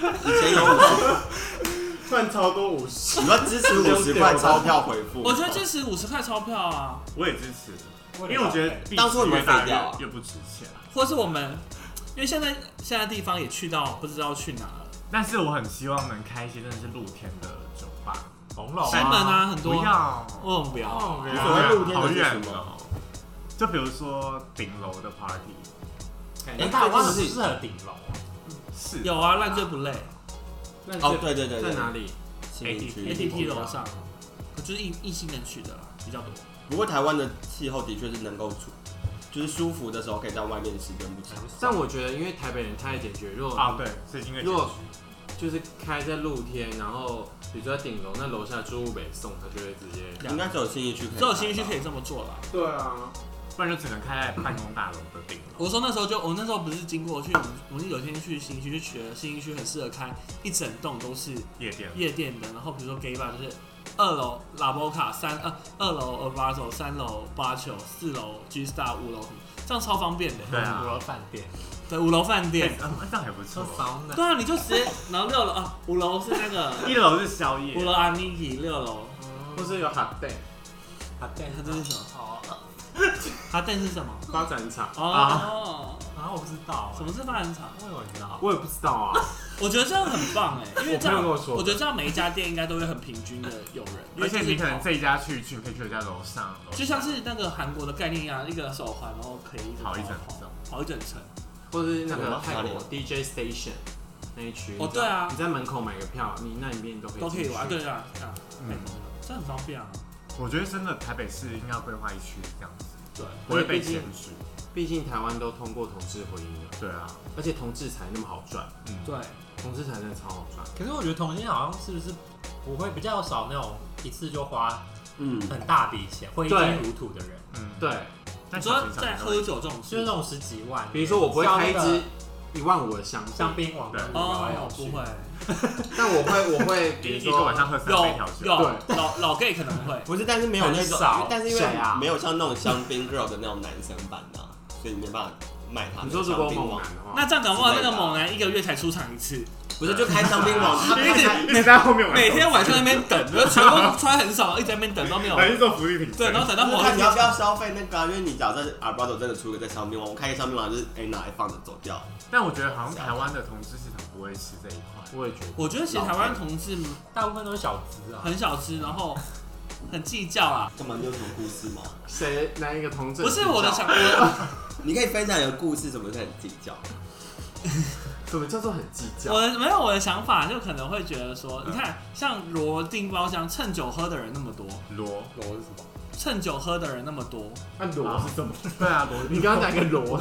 S5: 以前有五十，
S3: 突然超多五十，
S5: 你要支持五十块钞票回 复，
S1: 我觉得支持五十块钞票啊，
S4: 我也支持，因为我觉得币
S5: 当初有没有
S4: 越大
S5: 废掉啊
S4: 越越不值钱。
S1: 或是我们，因为现在现在地方也去到不知道去哪了，
S4: 但是我很希望能开一些真的是露天的酒吧，
S2: 红楼
S1: 西门啊很多
S4: 不
S1: 啊，
S4: 要，
S1: 哦不要，
S2: 哦
S5: 你所谓露天
S4: 啊好
S5: 的是什
S4: 远
S5: 么
S4: 哦。就比如说顶楼的 party，
S2: 感
S5: 哎
S2: 觉台湾
S5: 这
S2: 很
S5: 是
S2: 适合顶楼啊。
S4: 是
S1: 有啊，烂醉不累
S5: 哦，对对对
S3: 在
S5: 对，
S3: 哪里？
S5: 新营区
S1: A T P 楼
S5: 上。
S1: 上，就是异异性人去的啦比较多，
S5: 不过台湾的气候的确是能够出，就是舒服的时候可以在外面时间不长。
S3: 但我觉得，因为台北人太解决，如果
S4: 啊，对，是因为
S3: 如果就是开在露天，然后比如说在顶楼，那楼下住户北送，他就会直接。
S5: 应该只有新义区可以，
S1: 只有新区可以这么做啦。
S3: 对啊，
S4: 不然就只能开在办公大楼的顶楼。
S1: 我说那时候就，我那时候不是经过去，我们我们有一天去新区去学，新区很适合开一整栋都是
S4: 夜店，
S1: 夜店的，然后比如说 gay bar 就是二楼 La Boca，三呃二楼 a v a z o 三楼八球，四楼 G Star，五楼什么这样超方便的。
S4: 对啊
S2: 五楼饭店，
S1: 对，五楼饭
S4: 对
S1: 店。，
S4: 啊这样还不错
S2: 说。桑拿
S1: 对啊，你就直接，然后六楼啊，五楼是那个
S4: 一楼是宵
S1: 五
S4: 夜，
S1: 楼阿尼基，六楼
S5: 嗯
S3: 或是有 hot day
S2: 啊，对
S1: 哎，它这是什么？
S2: 好啊
S1: 它店是什么？
S3: 发展场，
S1: 哦，
S2: 啊，我不知道啊，
S1: 什么是发展场？
S2: 我有知道。
S3: 我也不知道啊。
S1: 我觉得这样很棒哎，因为
S3: 我
S1: 这
S3: 朋友
S1: 样，
S3: 跟我说
S1: 我觉得这样每一家店应该都会很平均的有人，因
S4: 而
S1: 为
S4: 且
S1: 就是
S4: 你可能这一家去去，你可以去人家楼上，楼下
S1: 就像是那个韩国的概念一样，一个手环，然后可以直
S4: 跑一整
S1: 跑
S4: 层
S1: 跑一整层。
S3: 或是那
S5: 我
S3: 个
S5: 要
S3: 泰
S5: 查
S3: 国
S5: 脸
S3: DJ station 那一区。
S1: 哦对啊
S3: 你在门口买个票，你那里面都可以
S1: 都可以玩，
S3: 进去
S1: 对啊，这样，
S4: 嗯，
S1: 这很方便啊。
S4: 我觉得真的台北市应该要规划一区这样子，
S1: 对，
S4: 不会被限制。
S3: 毕竟台湾都通过同志婚姻了，
S4: 对啊，
S3: 而且同志才那么好赚，
S4: 嗯，
S1: 对，
S3: 同志才真的超好赚。
S2: 可是我觉得同性好像是不是不会比较少那种一次就花
S5: 嗯，
S2: 很大笔钱挥
S3: 对
S2: 金如土的人，
S4: 嗯，
S3: 对，
S4: 但
S1: 你
S4: 小
S1: 说
S4: 型商
S1: 在
S4: 店
S1: 喝酒这种
S2: 就是
S1: 事
S2: 那，种十几万。
S3: 比如说我不会
S2: 像
S3: 开
S2: 那
S3: 一
S2: 个嗯
S3: 支一万五的香槟
S2: 香，槟王
S4: 对
S2: 啊
S1: 哦，不会，
S3: 但我会我 会
S4: 一
S3: 比如
S4: 一个晚
S3: 说
S4: 上喝三杯调酒，
S1: 有有老老 gay 可能会，
S5: 不是，但是没有那
S2: 很
S5: 种，
S2: 少
S5: 因为但是因为
S2: 谁啊
S5: 没有像那种香槟 girl 的那种男生版的啊，所以你没办法卖他。
S3: 你说如
S5: 香
S3: 果
S5: 槟
S3: 猛
S5: 王，
S3: 男的话，
S1: 那这样搞不好那个猛男一个月才出场一次，
S5: 不是就开香槟王，他
S1: 一
S5: 开
S1: 直
S5: 开
S4: 一直在后面玩，
S1: 每天晚上在那边等，然后全部穿很少，一直在那边等都没有，
S4: 还是做福利品，
S1: 对，然后等到
S5: 那
S1: 某
S5: 看你要
S1: 一
S5: 不要消费那个啊、因为你假设阿巴 o 真的出个在香槟王，我开个香槟王就是哎拿来放着走掉，
S4: 但我觉得好像台湾的同志市场不会吃这一块，
S3: 我也觉得
S1: 我觉得其实台湾同志
S2: 大部分都是小资啊。
S1: 很少吃，然后很计较啊。
S5: 干嘛？你有什么故事吗？
S3: 谁哪一个同志
S1: 不是我的想，我
S5: 你可以分享你的故事，什么是很计较？
S3: 什么叫做很计较
S1: 我？的没有我的想法，就可能会觉得说，你看像罗定包厢趁酒喝的人那么多，
S4: 罗，
S5: 我是什么？
S1: 趁酒喝的人那么多，
S3: 那螺是什么？
S4: 对啊，罗，
S3: 你刚刚讲一个螺，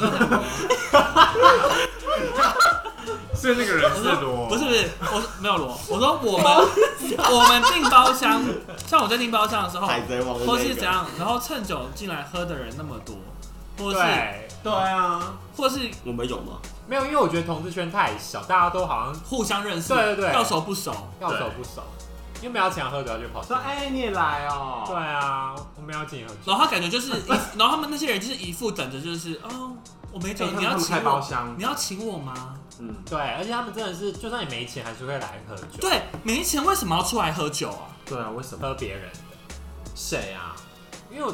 S4: 是那个人
S1: 我
S4: 是
S1: 说
S4: 罗，
S1: 不是不是，我说没有罗，我说我们我们订包厢，像我在订包厢的时候，
S5: 海贼王的
S1: 或
S5: 那
S1: 是怎
S5: 个。
S1: 样，然后趁酒进来喝的人那么多，或是
S2: 对，
S3: 对啊，
S1: 或是
S5: 我们有吗？
S2: 没有，因为我觉得同志圈太小，大家都好像
S1: 互相认识，
S2: 对对对
S1: 要熟不熟，
S2: 要熟不熟，因为没有请他喝酒他就跑出
S3: 说
S2: 来。
S3: 哎你也来哦，
S2: 对啊，我没有请你喝酒。
S1: 然后他感觉就是一，然后他们那些人就是一副等着就是，哦，我没酒，
S3: 哎
S1: 你
S3: 他
S1: 要
S3: 们
S1: 请
S3: 开包
S1: 我，
S3: 厢，
S1: 你要请我吗？
S3: 嗯，
S2: 对，而且他们真的是，就算你没钱，还是会来喝酒，，
S1: 对，没钱为什么要出来喝酒啊？
S3: 对啊，为什么？
S2: 喝别人的。
S3: 谁啊？
S2: 因为我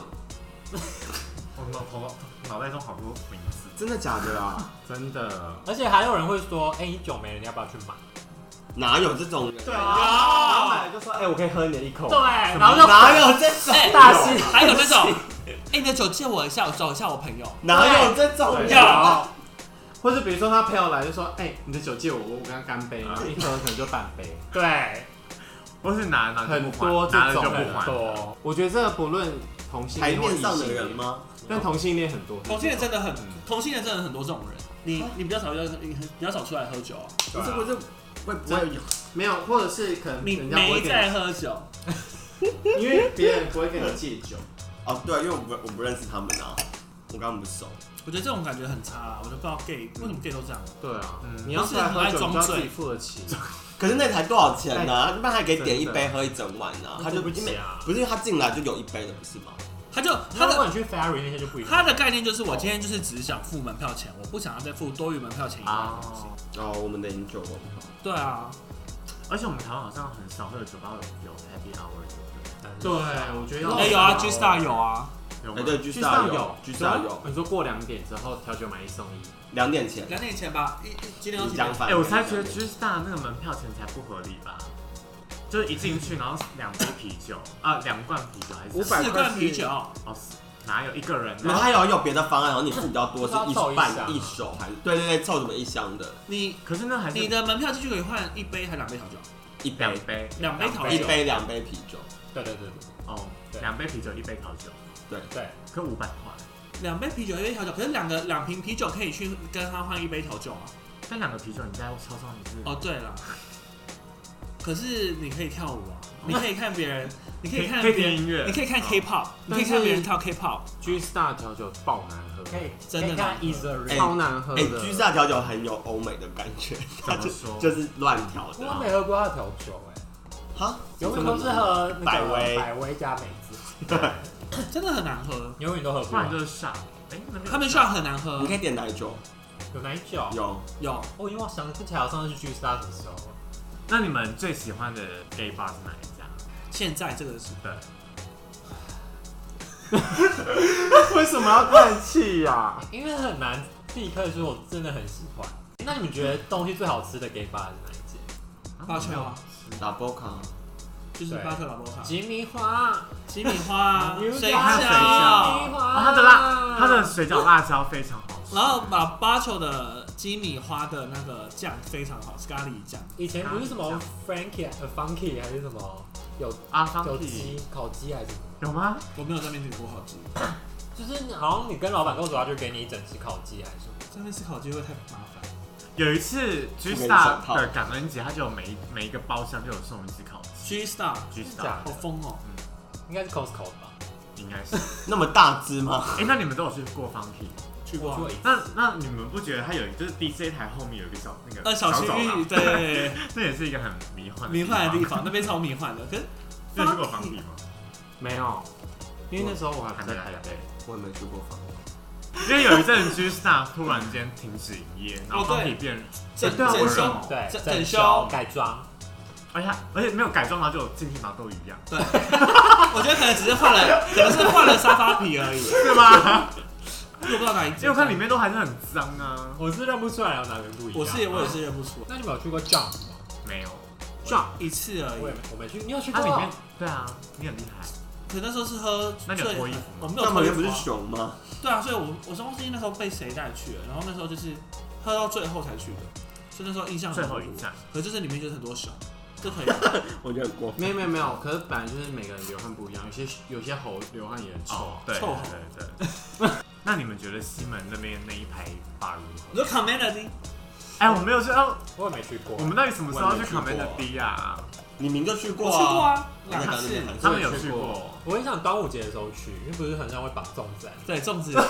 S4: 我们头发脑袋中好多名字，
S3: 真的假的啊？真的。
S2: 而且还有人会说，哎、你酒没了，你要不要去买？
S5: 哪有这种人？
S3: 对啊，然后买了就说，哎，我可以喝你的一口。
S2: 对，然后就
S5: 哪有这种？
S1: 哎
S2: 大师
S1: 还有那种，哎，你的酒借我一下，我找一下我朋友。
S5: 哪有这种
S3: 对
S5: 人？
S1: 要
S3: 然后或者比如说他朋友来就说，哎，你的酒借我，我跟他干
S1: 啊
S3: 杯，然后一喝可能就半杯。
S2: 对，
S4: 或是拿拿着
S3: 很
S4: 不还，
S3: 多这
S4: 拿了
S3: 种
S4: 就不
S3: 很
S4: 还。
S3: 多，我觉得这不论同性
S5: 台
S3: 恋或
S5: 面上的
S3: 异性
S5: 人
S3: 恋？
S5: 吗？
S3: 但同性恋很多，
S1: 同性恋真的很，同性恋真的很多这种人。你你比较少遇到，你很比较少出来喝酒啊。
S5: 不是不是，会不会有？
S3: 没有，或者是可能
S1: 你
S3: 人家不会
S1: 没
S3: 给
S1: 在喝酒，
S3: 你， 因为别人不会跟你借酒。
S5: 哦，对，因为我不我不认识他们啊，我跟他们不熟。
S1: 我觉得这种感觉很差啊。我就不知道 gay 为什么 gay 都这样啊。
S3: 对啊
S4: 嗯，
S3: 你要出来喝
S1: 不是很爱
S3: 酒，你
S1: 装
S3: 就
S1: 醉
S3: 要自己付得起。
S5: 可是那才多少钱呢、一般还可以点一
S3: 真的
S5: 杯喝一整晚呢、他就
S2: 不
S5: 因为
S2: 行啊。
S5: 不是因为他进来就有一杯的，不是吗？
S1: 他就他
S2: 那如
S1: 的
S2: 果你去 Ferry 那些就不一样。
S1: 他的概念就是，我今天就是只想付门票钱，我不想要再付多余门票钱以外
S3: 啊
S1: 的东西。
S5: 哦，我们的饮酒文化，
S1: 对啊，
S4: 而且我们台湾好像很少会有酒吧有有 happy hour 的，
S3: 对，我觉得
S1: 哎有啊，G Star 有啊，
S4: 对不
S5: 哎、
S4: 对，
S5: 对，居
S3: 居
S5: 萨
S3: 上
S5: 有
S3: 有，，
S5: 居萨有，
S3: 你说过两点之后调酒买一送一，
S5: 两点前，
S1: 两年前吧，一一今年有
S5: 你
S1: 几年
S5: 讲？反。
S4: 哎，我才觉得 G Star 那个门票钱才不合理吧？就是一进去，然后两杯啤酒啊，两罐啤酒还是
S3: 500
S1: 四罐啤酒，
S4: 哦，哪有一个人啊
S5: 然后
S4: 呢？
S5: 还有有别的方案，然后你付比较多，是
S2: 不知道凑
S5: 一
S2: 一箱
S5: 半
S2: 啊
S5: 一手还是对对对，凑什么一箱的，
S1: 你
S4: 可是那还是
S1: 你的门票进去可以换一杯还两杯调酒？
S5: 一杯
S4: 两杯，
S1: 两杯调
S5: 一
S1: 酒，
S5: 杯两杯啤酒，
S2: 对对对对
S4: 哦，
S2: 对
S4: 两杯啤酒，一杯调酒，
S2: 对，
S4: 可五百块，
S1: 两杯啤酒一杯调酒，可是两个两瓶啤酒可以去跟他换一杯调酒啊。
S4: 但两个啤酒你在超商你是
S1: 哦，对了，可是你可以跳舞啊，你可以看别人，你可以看
S4: 可以
S1: 别
S4: 听
S1: 人，
S4: 音乐，
S1: 你可以看 K-pop，你可以
S3: 啊但是
S1: 看别人跳 K-pop，
S3: 居 Star 调酒爆难喝，
S2: 可以
S1: 真的
S2: 可以
S1: 吗
S2: 看 Easy
S5: 哎
S2: Ring。
S3: 超难喝
S5: 哎、
S3: 的。
S5: 居萨调酒很有欧美的感觉，它
S4: 怎么
S5: 就
S4: 说？
S5: 就是乱调的啊
S2: 我没喝过他的调酒哎，
S5: 哈，
S2: 永远都是喝那个
S5: 百威
S2: 百威加美汁，
S1: 真的很难喝。
S2: 你永远都喝不
S4: 不然
S2: 完
S4: 就。是上，哎，那个
S1: 他们 shot 很难喝
S5: 你，可以点奶酒，
S2: 有奶酒？
S5: 有
S1: 有
S2: 我因为我想不起来我上次去 G Star 什么时候了。
S4: 那你们最喜欢的 gay bar 是哪一家？
S1: 现在这个是
S4: 对，
S3: 为什么要叹气啊呀？
S2: 因为很难立刻说我真的很喜欢。那你们觉得东西最好吃的 gay bar 是哪一间？
S1: 八圈啊，
S5: 打波卡，
S1: 就是
S2: 对
S1: 八圈老波卡，
S2: 吉米花，
S1: 鸡米花、
S2: 牛
S1: 水
S2: 杂
S4: 水饺
S1: 饺，
S2: 花
S4: 哦，它的辣，它的水饺辣椒非常好吃。
S1: 然后把八球的鸡米花的那个酱非常好，是咖喱酱。
S2: 以前不是什么 Frankie 呃 Funky 还是什么有
S4: 啊，方
S2: 有
S4: 体
S2: 鸡烤鸡还是什么，
S4: 有吗？
S1: 我没有在面点过烤鸡，
S2: 就是好像你跟老板跟我说他就给你一整只烤鸡还是什么，
S1: 在面吃烤鸡会太麻烦。
S4: 有一次 G
S5: 我给你手
S4: Star
S5: 套
S4: 的感恩节，它就有每一每一个包厢就有送一只烤鸡。
S1: G Star，
S4: G
S2: 真的假
S4: Star
S1: 好疯哦！
S2: 应该是 Costco 吧？
S4: 应该是。
S5: 那么大只吗？
S4: 哎，那你们都有去过方体？
S1: 去过
S2: 我
S1: 啊
S2: 去过一次，
S4: 那那你们不觉得它有就是 DJ 台后面有一个小那个
S1: 呃，小区
S4: 走廊
S1: 域，对，
S4: 那也是一个很迷幻
S1: 迷幻的地
S4: 地
S1: 方，那边超迷幻的。可是
S4: 你有去过方体 吗？
S3: 没有，因为那时候我还不在台北。
S5: 我也没去过房。
S4: 因为有一阵 G Star 突然间停止营业，然
S1: 哦
S4: 后
S1: 对
S4: 方体变
S1: 整
S3: 对啊
S1: 整
S3: 我
S1: 修
S3: 也
S4: 有
S2: 对，
S1: 整整
S2: 整
S1: 修
S2: 修改装，
S4: 而且它而且没有改装，然后就进去嘛都一样，
S1: 我觉得可能只是换了，可能是换了沙发皮而已，
S4: 对 吗？
S1: 又不知道哪一间。
S4: 因为我看里面都还是很脏啊。
S2: 我是认不出来有哪边不一样。
S1: 我是我也是认不出来，
S2: 啊那你们有去过 Jump 吗？
S4: 没有，
S1: 一次而
S2: 我也
S1: 已
S2: 没。我没去，你有去
S4: 它
S2: 过？
S4: 里面对啊，你很厉害。
S1: 可那时候是喝醉，
S4: 那你有脱衣服吗
S1: 我没有
S5: 那
S1: 脱
S5: 旁
S1: 衣
S5: 边不
S1: 服
S5: 是
S1: 啊。
S5: 熊吗？
S1: 对啊，所以我我是忘记那时候被谁带去了，然后那时候就是喝到最后才去的，所以那时候印象很
S4: 最
S1: 模糊
S4: 后一，站，
S1: 可就是里面就是很多熊，这可以。
S5: 我觉得很过分。
S3: 没有没有没有，可是本来就是每个人流汗不一样，有些有些猴流汗也很臭
S4: 哦
S3: 啊，。
S4: 对
S1: 臭
S4: 对对对。 那你们觉得西门那边那一排吧如
S1: 你
S4: 何？
S1: 说 comedy，
S4: 哎，我没有去到，
S2: 我也没去过。啊
S4: 我们到底什么时候要去
S5: 我也没去
S4: Command
S5: 过
S4: D 啊？
S5: 你明就去
S1: 我
S5: 过
S1: 去过
S5: 啊，
S1: 啊，
S5: 那
S1: 两
S5: 个
S1: 次。
S4: 他们
S3: 我也
S4: 有
S3: 去
S4: 去
S3: 过
S4: 过。
S2: 我很想端午节的时候去，因为不是很像会绑粽子、啊
S1: 对粽 子，要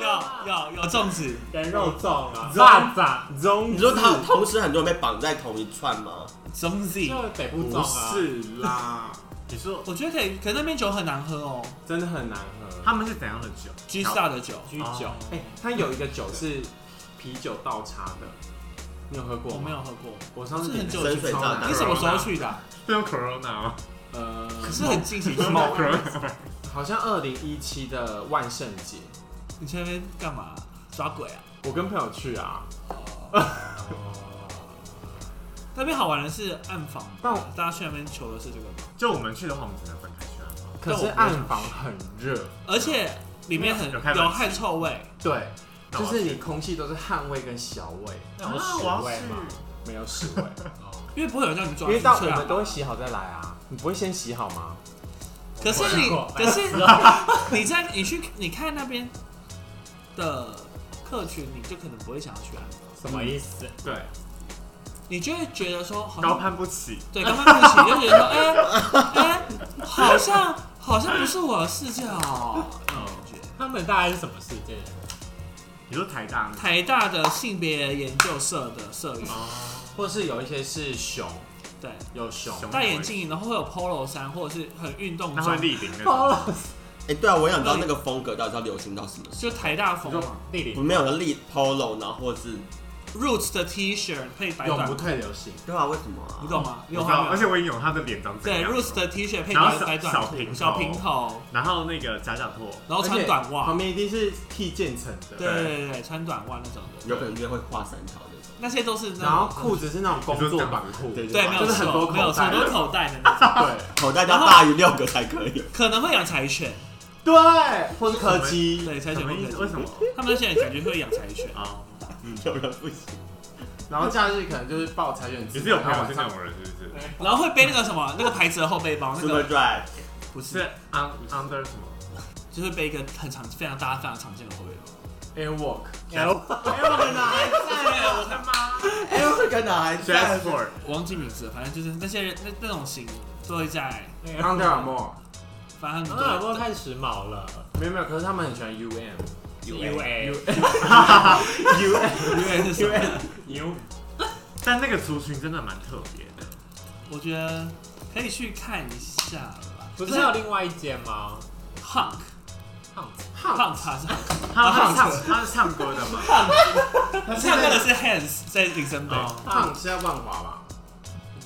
S1: 要要粽子，
S2: 人肉粽啊
S3: 粽
S2: 蚂蚱，
S3: 中
S5: 你说他同时很多人被绑在同一串吗？
S1: 粽子。
S2: 就是北部粽
S3: 不
S2: 啊。
S3: 是啦，
S4: 你说
S1: 我觉得可以，可是那边酒很难喝哦
S3: 真的很难喝。
S4: 他们是怎样的酒
S1: ，G Star 的酒
S2: 居酒
S4: 哦，
S3: 哎、它有一个酒是啤酒倒插的，你有喝过吗？
S1: 我没有。喝过。
S3: 我上次
S1: 是很
S3: 点
S1: 久
S3: 的
S5: 以前
S3: 超难喝
S1: 你什么时候去的啊？
S4: 是用 Corona 吗？
S3: 呃，
S1: 可是很近期去的，
S4: 是 Corona 吗？
S3: 好像二零一七的万圣节，
S1: 你去那边干嘛？抓鬼啊？
S3: 我跟朋友去啊，
S1: 那边好玩的是暗访，
S3: 但我
S1: 大家去那边求的是这个吗？
S4: 就我们去的话，我们只能分开去啊。
S3: 可是暗房很热，
S1: 而且里面很
S4: 有开门
S1: 有汗臭味，
S3: 对，
S4: 那
S3: 就
S4: 我要
S3: 是你空气都是汗味跟小味，
S2: 那有
S4: 啊
S2: 屎
S4: 我要
S2: 味
S4: 去
S2: 吗？
S3: 没有屎味，
S1: 因为不会有人叫你
S3: 因
S1: 抓
S3: 为
S1: 去
S3: 到
S1: 吹
S3: 我
S1: 啊
S3: 们。都会洗好再来啊，你不会先洗好吗？
S1: 可是你
S2: 我，
S1: 可是 你在你去你看那边的客群，你就可能不会想要去按摩，
S2: 什么意思？
S4: 对，
S1: 你就会觉得说好
S4: 高
S1: 像
S4: 攀不起。
S1: 对刚刚不起，就觉得说哎哎、好像好像不是我的视角哦，那
S2: 嗯
S1: 种感觉。
S2: 他们大概是什么事件？
S4: 你说台大那
S1: 台大的性别研究社的社员，
S4: 哦，
S3: 或是有一些是熊，
S1: 对，
S3: 有熊，
S4: 熊
S1: 戴眼镜，然后会有 polo 衫，或者是很运动
S4: 那会
S1: 装，
S4: 立领那
S2: 好
S4: 种。
S2: 了，
S5: 哎、对啊，我想知道那个风格到底要流行到什么时
S1: 就台大风嘛
S2: 地理
S5: 候。没有立 polo，然后或是
S1: ，Roots 的 T 恤配白
S3: 永
S1: 短
S3: 不，退流行。
S5: 对啊，为什么啊？
S1: 你懂吗？
S4: 我
S1: 你
S4: 知
S1: 有画
S4: 道，
S1: 面
S4: 而且我已经有他的脸长怎
S1: 对
S4: 样了。
S1: ，Roots 的 T 恤配
S4: 然后
S1: 白
S4: 小
S1: 白短
S4: 小
S1: 裤
S4: 平头
S1: 小平头，
S4: 然后那个夹脚拖，
S1: 然后
S3: 而
S1: 穿
S3: 且
S1: 短袜
S3: 旁，边一定是剃渐层的，
S1: 对对对对，穿短袜那种的，
S5: 有可能就会画三条那种。
S1: 那些都是那种
S3: 然后裤子是那种工作板裤，
S5: 对
S1: 对没有
S3: 就是很多
S1: 错，没有
S3: 口
S1: 错，
S3: 袋，
S1: 都是口袋的那种，
S3: 对
S5: 口袋要大于六个才可以。
S1: 可能会养柴犬，
S3: 对，或是柯基，
S1: 对，柴
S4: 什
S1: 犬
S4: 么
S1: 会
S4: 意思？为什么？
S1: 他们那些人感觉会养柴犬，
S4: 啊，
S5: 有人不行，
S3: 然后假日可能就是报裁员，
S4: 你是有朋
S3: 然后
S4: 友
S3: 晚
S4: 是
S3: 上
S4: 那种人是不是？
S1: 然后会背那个什么那个牌子的后背包，那
S5: Super
S1: 个
S5: Drive，
S1: 不
S4: 是
S1: 是，
S5: 啊
S4: un- under 什么？
S1: 就会背一个很常非常大家非常常见的后背包。
S3: Airwalk，
S5: Airwalk 哪还在
S1: 我的妈！
S5: ？Airwalk 哪还
S4: j a s p o
S5: 在？
S4: r
S1: 我忘记名字了，反正就是那些人那那种型都会在，
S3: Under Armour，
S1: 反正他们
S2: 当
S1: 都
S2: 然
S1: 会
S2: 啊我太时髦了
S3: 没有没有，可是他们很喜欢 UM，
S2: ，U A
S1: UA 是什么？
S4: 牛。但那个族群真的蛮特别的，
S1: 我觉得可以去看一下啦。
S2: 不
S1: 就
S2: 啊
S1: 是
S2: 还有另外一间吗？
S1: Hunk
S2: 胖子
S1: Hunk 他是 Hunk，
S4: 他他唱他是唱歌的 嘛？
S1: 他唱歌的是 Hands 在林森北，
S4: 哦
S3: 胖是在万华吧？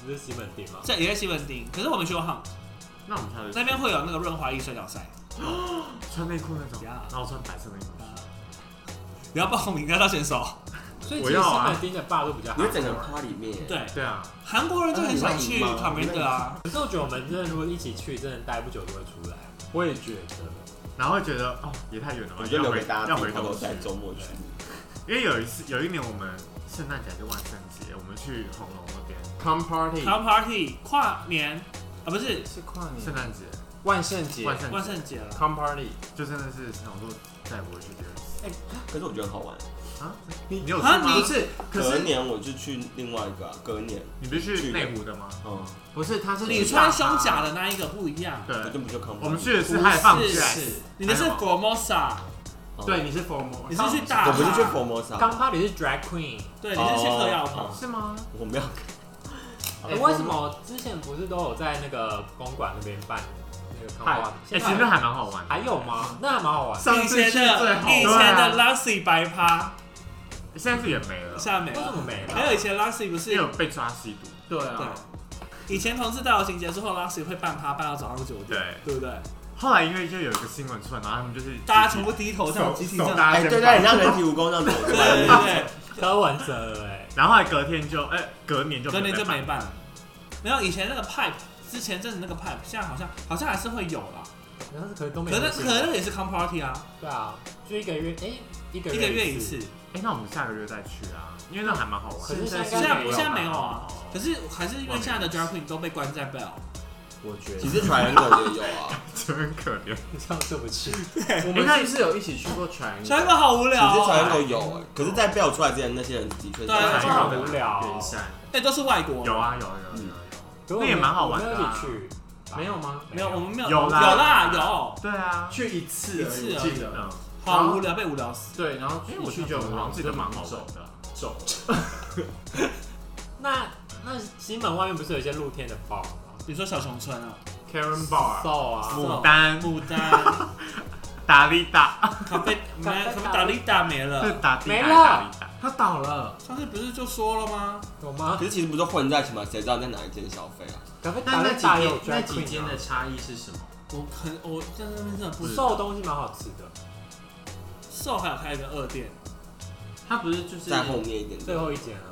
S2: 不是西门町吗？
S1: 在也在西门町。可是我们去过 Hunk，
S4: 那我们下次去
S1: 那边会有那个润滑液摔跤赛。
S4: 穿内裤那种，
S1: Yeah
S4: 然后穿白色内裤。
S1: 你要报名，你要到选手。
S2: 所以
S4: 我
S2: 其实
S4: 要
S2: 西
S4: 啊
S2: 门町的霸都比较好
S5: 你。会整个趴里面。，
S1: 对，
S4: 对啊，
S1: 韩国人就很想去
S5: 那你会赢吗
S1: Commander 啊，
S2: 可是我觉得我们真的如果一起去，真的待不久就会出来。
S3: 我也觉得，
S4: 然后会觉得哦，也太远了吧
S5: 我，就
S4: 要
S5: 留
S4: 回
S5: 给大家
S4: 要
S5: 自己
S4: 回
S5: 偷偷
S4: 头
S5: 在周末去。
S4: 因为有一次有一年我们圣诞节还是万圣节，我们去红楼那边
S3: Come Party
S1: 然后 Party 跨年啊，不是
S3: 是跨
S4: 圣
S3: 年
S4: 诞节、
S3: 万圣
S5: 嗯
S3: 节
S4: 万圣
S1: 万
S4: 节
S1: 圣节了。
S3: Come Party，
S4: 就真的是想说再也不会去第二次
S5: 可是我觉得很好玩。
S4: 啊！
S3: 你
S4: 你有去
S1: 啊
S4: 吗
S1: 你
S3: 不？是，可
S5: 隔
S3: 是
S5: 年我就去另外一个、啊，隔年，
S4: 你不是去内湖的吗？
S5: 嗯，
S3: 不是，他是
S1: 你穿胸甲的那一个不一样，
S5: 我就
S4: 对，
S5: 不就看不到
S4: 我们去的是汉放
S1: 不
S4: 卷，
S3: 是，
S1: 你的是 Formosa，
S5: 哦
S3: 对，你是 Formal，
S1: 你是去大
S5: 我
S1: 马
S5: 不是去 Formosa，
S2: 刚开始是 Drag Queen，
S1: 对，你是去嗑药
S5: 哦
S1: 棚。
S4: 是吗？
S5: 我没有。
S2: 哎，为什么之前不是都有在那个公馆那边办那个 Come Party？
S4: 哎，
S2: 现
S4: 其实
S2: 在
S4: 还蛮好玩的。
S2: 还有吗？那还蛮好玩的。
S4: 上
S1: 以
S4: 次
S1: 前
S4: 去最好
S1: 的以前的 Lucy 白趴
S4: 现在是也没了，
S1: 现在没
S2: 为什
S1: 了，
S2: 么没
S1: 还
S2: 了？
S1: 有以前 Lucy 不
S4: 因为
S1: 是
S4: 有被抓吸毒。
S3: 对
S1: 对
S3: 啊，，
S1: 以前同志大游行结束后，Lucy 会办趴办到早上九点，
S4: 对，
S1: 对不对？
S4: 后来因为就有一个新闻出来，然后他们就是
S1: 大家全部低头这样
S4: 手
S1: 集体这
S4: 手
S1: 样，
S4: 搭
S5: 哎，
S4: 肩
S5: 对对，
S4: 膀
S5: 你 像人体蜈蚣那样子，
S1: 对对对，
S2: 柯文哲哎，
S4: 然后后来隔天就哎、隔年就
S1: 隔年就
S4: 办
S1: 没办了。没有以前那个 pipe，之前阵子那个 pipe，现在好像好像还是会有啦。
S2: 然后可是都没
S1: 可
S2: 有
S1: 是那
S2: 去
S1: 可能那也是 come party 啊，
S2: 对啊，就一个月哎，一个
S1: 一个月一
S2: 一
S1: 次。。
S4: 哎、那我们下个月再去啊，因为那还蛮好玩
S2: 可。是现
S1: 现在
S2: 在
S1: 现在没有啊
S4: 哦，
S1: 可是还是因为现在的 drag queen 都被关在 bell。
S3: 我觉
S5: 其
S3: 得
S5: 实 Triangle 也有啊，
S4: 真可怜。
S2: 这样对不起。
S3: 我们是不是有一起去过 Triangle？
S1: 全部好无
S5: 其
S1: 聊
S5: 实
S1: 啊！
S5: Triangle 有哎，可是，在 Bell 出来之前，那些人的确是
S1: 对啊
S4: 还有
S2: 好无聊
S4: 圆山
S1: 哎，都是外国
S4: 有
S1: 人。
S4: 啊有啊有啊有啊有啊
S2: 那
S1: 嗯
S4: 那也蛮好玩的啊
S2: 一起去吧
S3: 没有吗？
S1: 没有，我们没有
S4: 有啦
S1: 有啦有，
S4: 对啊，
S3: 去一次
S1: 一
S3: 而已，
S1: 次
S3: 我
S1: 而已
S3: 记得。
S4: 嗯，
S1: 好无聊，被无聊死。
S3: 对，然后
S4: 因为
S3: 一
S4: 我
S3: 去
S4: 去
S3: 就
S4: 九好像这
S3: 就
S4: 个蛮好
S3: 走
S4: 玩的。
S3: 走，
S2: 那那西门外面不是有一些露天的 bar 吗
S1: 比如说小熊村啊，
S3: Karen Bar，
S2: ？Soul 啊，
S4: 牡丹、
S1: 牡丹、
S4: 达利达，
S1: 咖 啡、没有什么达利达呃没
S4: 是
S1: 了。
S4: 达地
S2: 没
S4: 达
S2: 了
S4: 达利达。
S3: 他倒了，
S1: 上次不是就说了吗？
S2: 有吗
S5: 可？是其实不就混在一起吗？谁知道在哪一间消费啊？
S2: 咖啡
S3: 但
S2: 达
S3: 那
S2: 利达
S3: 几
S2: 有
S3: 间那
S2: drag
S3: 几
S2: queen
S3: 间
S2: 啊
S3: 的差异是什么？
S1: 我很我在那边真的不
S2: 不
S1: 知
S2: 瘦
S1: 道
S2: 的东西蛮好吃的，
S1: 瘦还有开一个二店，
S3: 它不是就是
S5: 在后面一点
S2: 最
S5: 点。
S2: 后一间啊，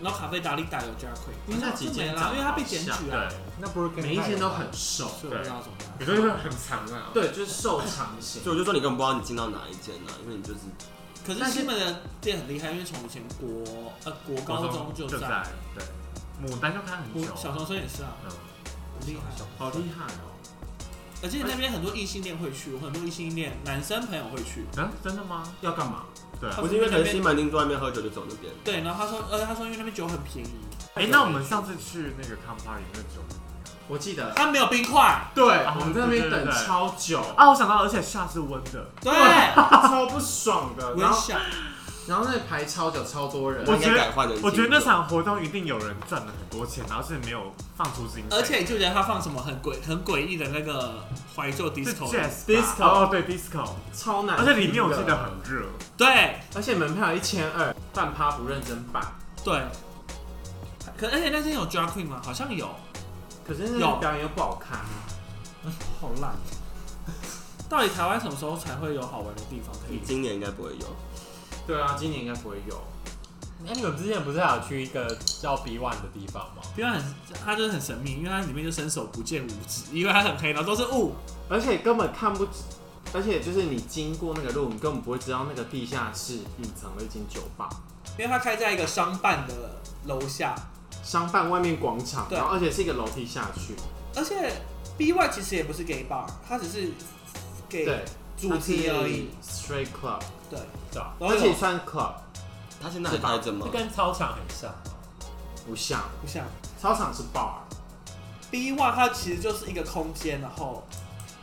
S1: 然后卡菲达利达有加亏，
S3: 因为那几
S1: 没
S3: 间
S1: 啦，因为他被检举了，
S4: 对，
S2: 那不是跟
S3: 每一间都很瘦，
S1: 所以我不知道怎么样。
S4: 你说因为很长啊，
S3: 对，就是瘦长型
S5: 所。以我就说你根本不知道你进到哪一间呢、因为你就是
S1: 可是西门的店很厉害，因为从以前国呃国
S4: 国
S1: 高中就
S4: 就
S1: 在，，
S4: 对，牡丹就看很
S1: 我
S4: 久啊，
S1: 小时候生也是啊，
S4: 嗯，
S1: 很厉害。
S3: 好厉害哦！
S1: 而且那边很多异性恋会去，我很多异性恋男生朋友会去。
S4: 啊，真的吗？
S3: 要干嘛？
S4: 对啊
S1: 他，
S5: 不
S1: 们
S5: 是因为可能
S1: 那
S5: 西
S1: 边
S5: 门町坐外面喝酒就走那边，
S1: 对，然后他说，呃，他说因为那边酒很便宜，
S4: 哎，那我们上次去那个康巴里那酒，
S3: 我记得，
S1: 他没有冰块，
S3: 对
S4: 啊
S3: 我们在那边
S4: 对对
S3: 等
S4: 对
S3: 超久，
S4: 啊，我想到，而且下是温的，
S1: 对，
S3: 超不爽的。然
S1: 温
S3: 后，
S1: 小，
S3: 然后那里排超久，超多人
S5: 他
S4: 我。
S5: 应该改换人。
S4: 我觉得那场活动一定有人赚了很多钱，然后是没有放出经费，
S1: 而且你记不记得他放什么很诡很诡异的那个怀旧
S4: 是
S1: disco？的
S4: jazz
S3: disco
S4: 哦，对 disco，
S3: 超难，
S4: 而且里面我记得，很热，
S1: 对
S3: 而且门票一千二，半趴不认真办。
S1: 对，可而且那天有 drag queen 吗？好像有，
S3: 可是那
S1: 有
S3: 个表演又不好看，好烂。
S1: 到底台湾什么时候才会有好玩的地方可以？
S5: 今年应该不会有，
S3: 对啊，今年应该不会有。
S2: 哎，你们之前不是还有去一个叫 B One 的地方吗？
S1: 因为很，它就是很神秘，因为它里面就伸手不见五指，因为它很黑，然后都是雾。
S3: 而且根本看不，而且就是你经过那个路，你根本不会知道那个地下室隐藏了一间酒吧，
S1: 因为它开在一个商办的楼下，
S3: 商办外面广场，
S1: 对
S3: 然后而且是一个楼梯下去，
S1: 而且 B Y 其实也不是 gay bar，它只是给
S3: 对，
S1: 主题而已。
S3: ，straight club，
S1: 对，
S2: 对吧？
S1: 然后
S3: 而
S1: 有
S3: 且算 club
S5: 他现在还待着吗
S2: 这？跟操场很像吗？
S3: 不像，
S1: 不像
S3: 操场是 bar，
S1: B Y，它其实就是一个空间，然后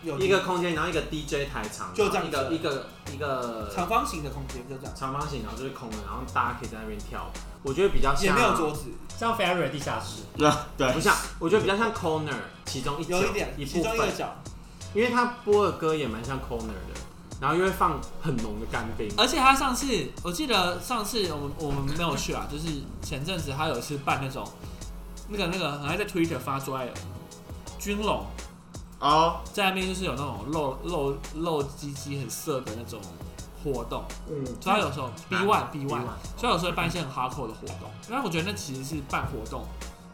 S1: 有
S3: 一个空间，然后一个 DJ 台场，
S1: 就这样
S3: 一个
S1: 子
S3: 一个一个
S1: 长方形的空间，就这样，
S3: 长方形，然后就是空的，然后大家可以在那边跳。我觉得比较像，
S1: 也没有桌子，
S2: 像 Ferry 的地下室，
S5: 那对
S3: 不，像，我觉得比较像 corner 其中一角
S1: 有一点，
S3: 一
S1: 其
S3: 部
S1: 中一个
S3: 分，
S1: 角，
S3: 因为他播的歌也蛮像 corner 的，然后又会放很浓的干冰。
S1: 而且他上次，我记得上次我们我们没有去啊，就是前阵子他有一次办那种，那个那个很爱在 Twitter 发出来的军笼，
S5: 哦，
S1: 在那边就是有那种露露露鸡鸡很色的那种活动，
S3: 嗯，
S1: 所以他有时候 B one B one，
S4: 啊
S1: 所以有时候会办一些很 hardcore 的活动，因为我觉得那其实是办活动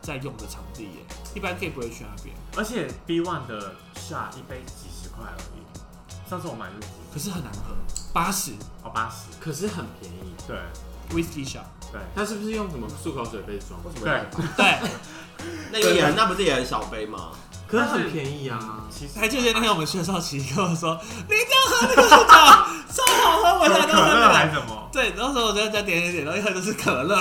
S1: 在用的场地耶，一般 gay 不会去那边，
S4: 而且 B One 的下一杯几十块而已，上次我买是几
S1: 可是很难喝，八十
S4: 哦八十，
S3: 可是很便宜。
S4: 对
S1: whisky shot，
S4: 对
S3: 他是不是用什么漱口水杯装？
S5: 为什么要？，
S4: 对
S1: 对，
S5: 那个也那不是也很小杯吗？
S3: 可是很便宜啊！
S4: 其实
S1: 还记哎得那天我们去的时候，琪跟我说：“你一定要喝那个酒，超好喝，我
S4: 有
S1: 想
S4: 可啊
S1: 到那
S4: 乐还
S1: 个。
S4: 是什么”？
S1: 对，那时候我就在点点点，然后一喝就是可乐。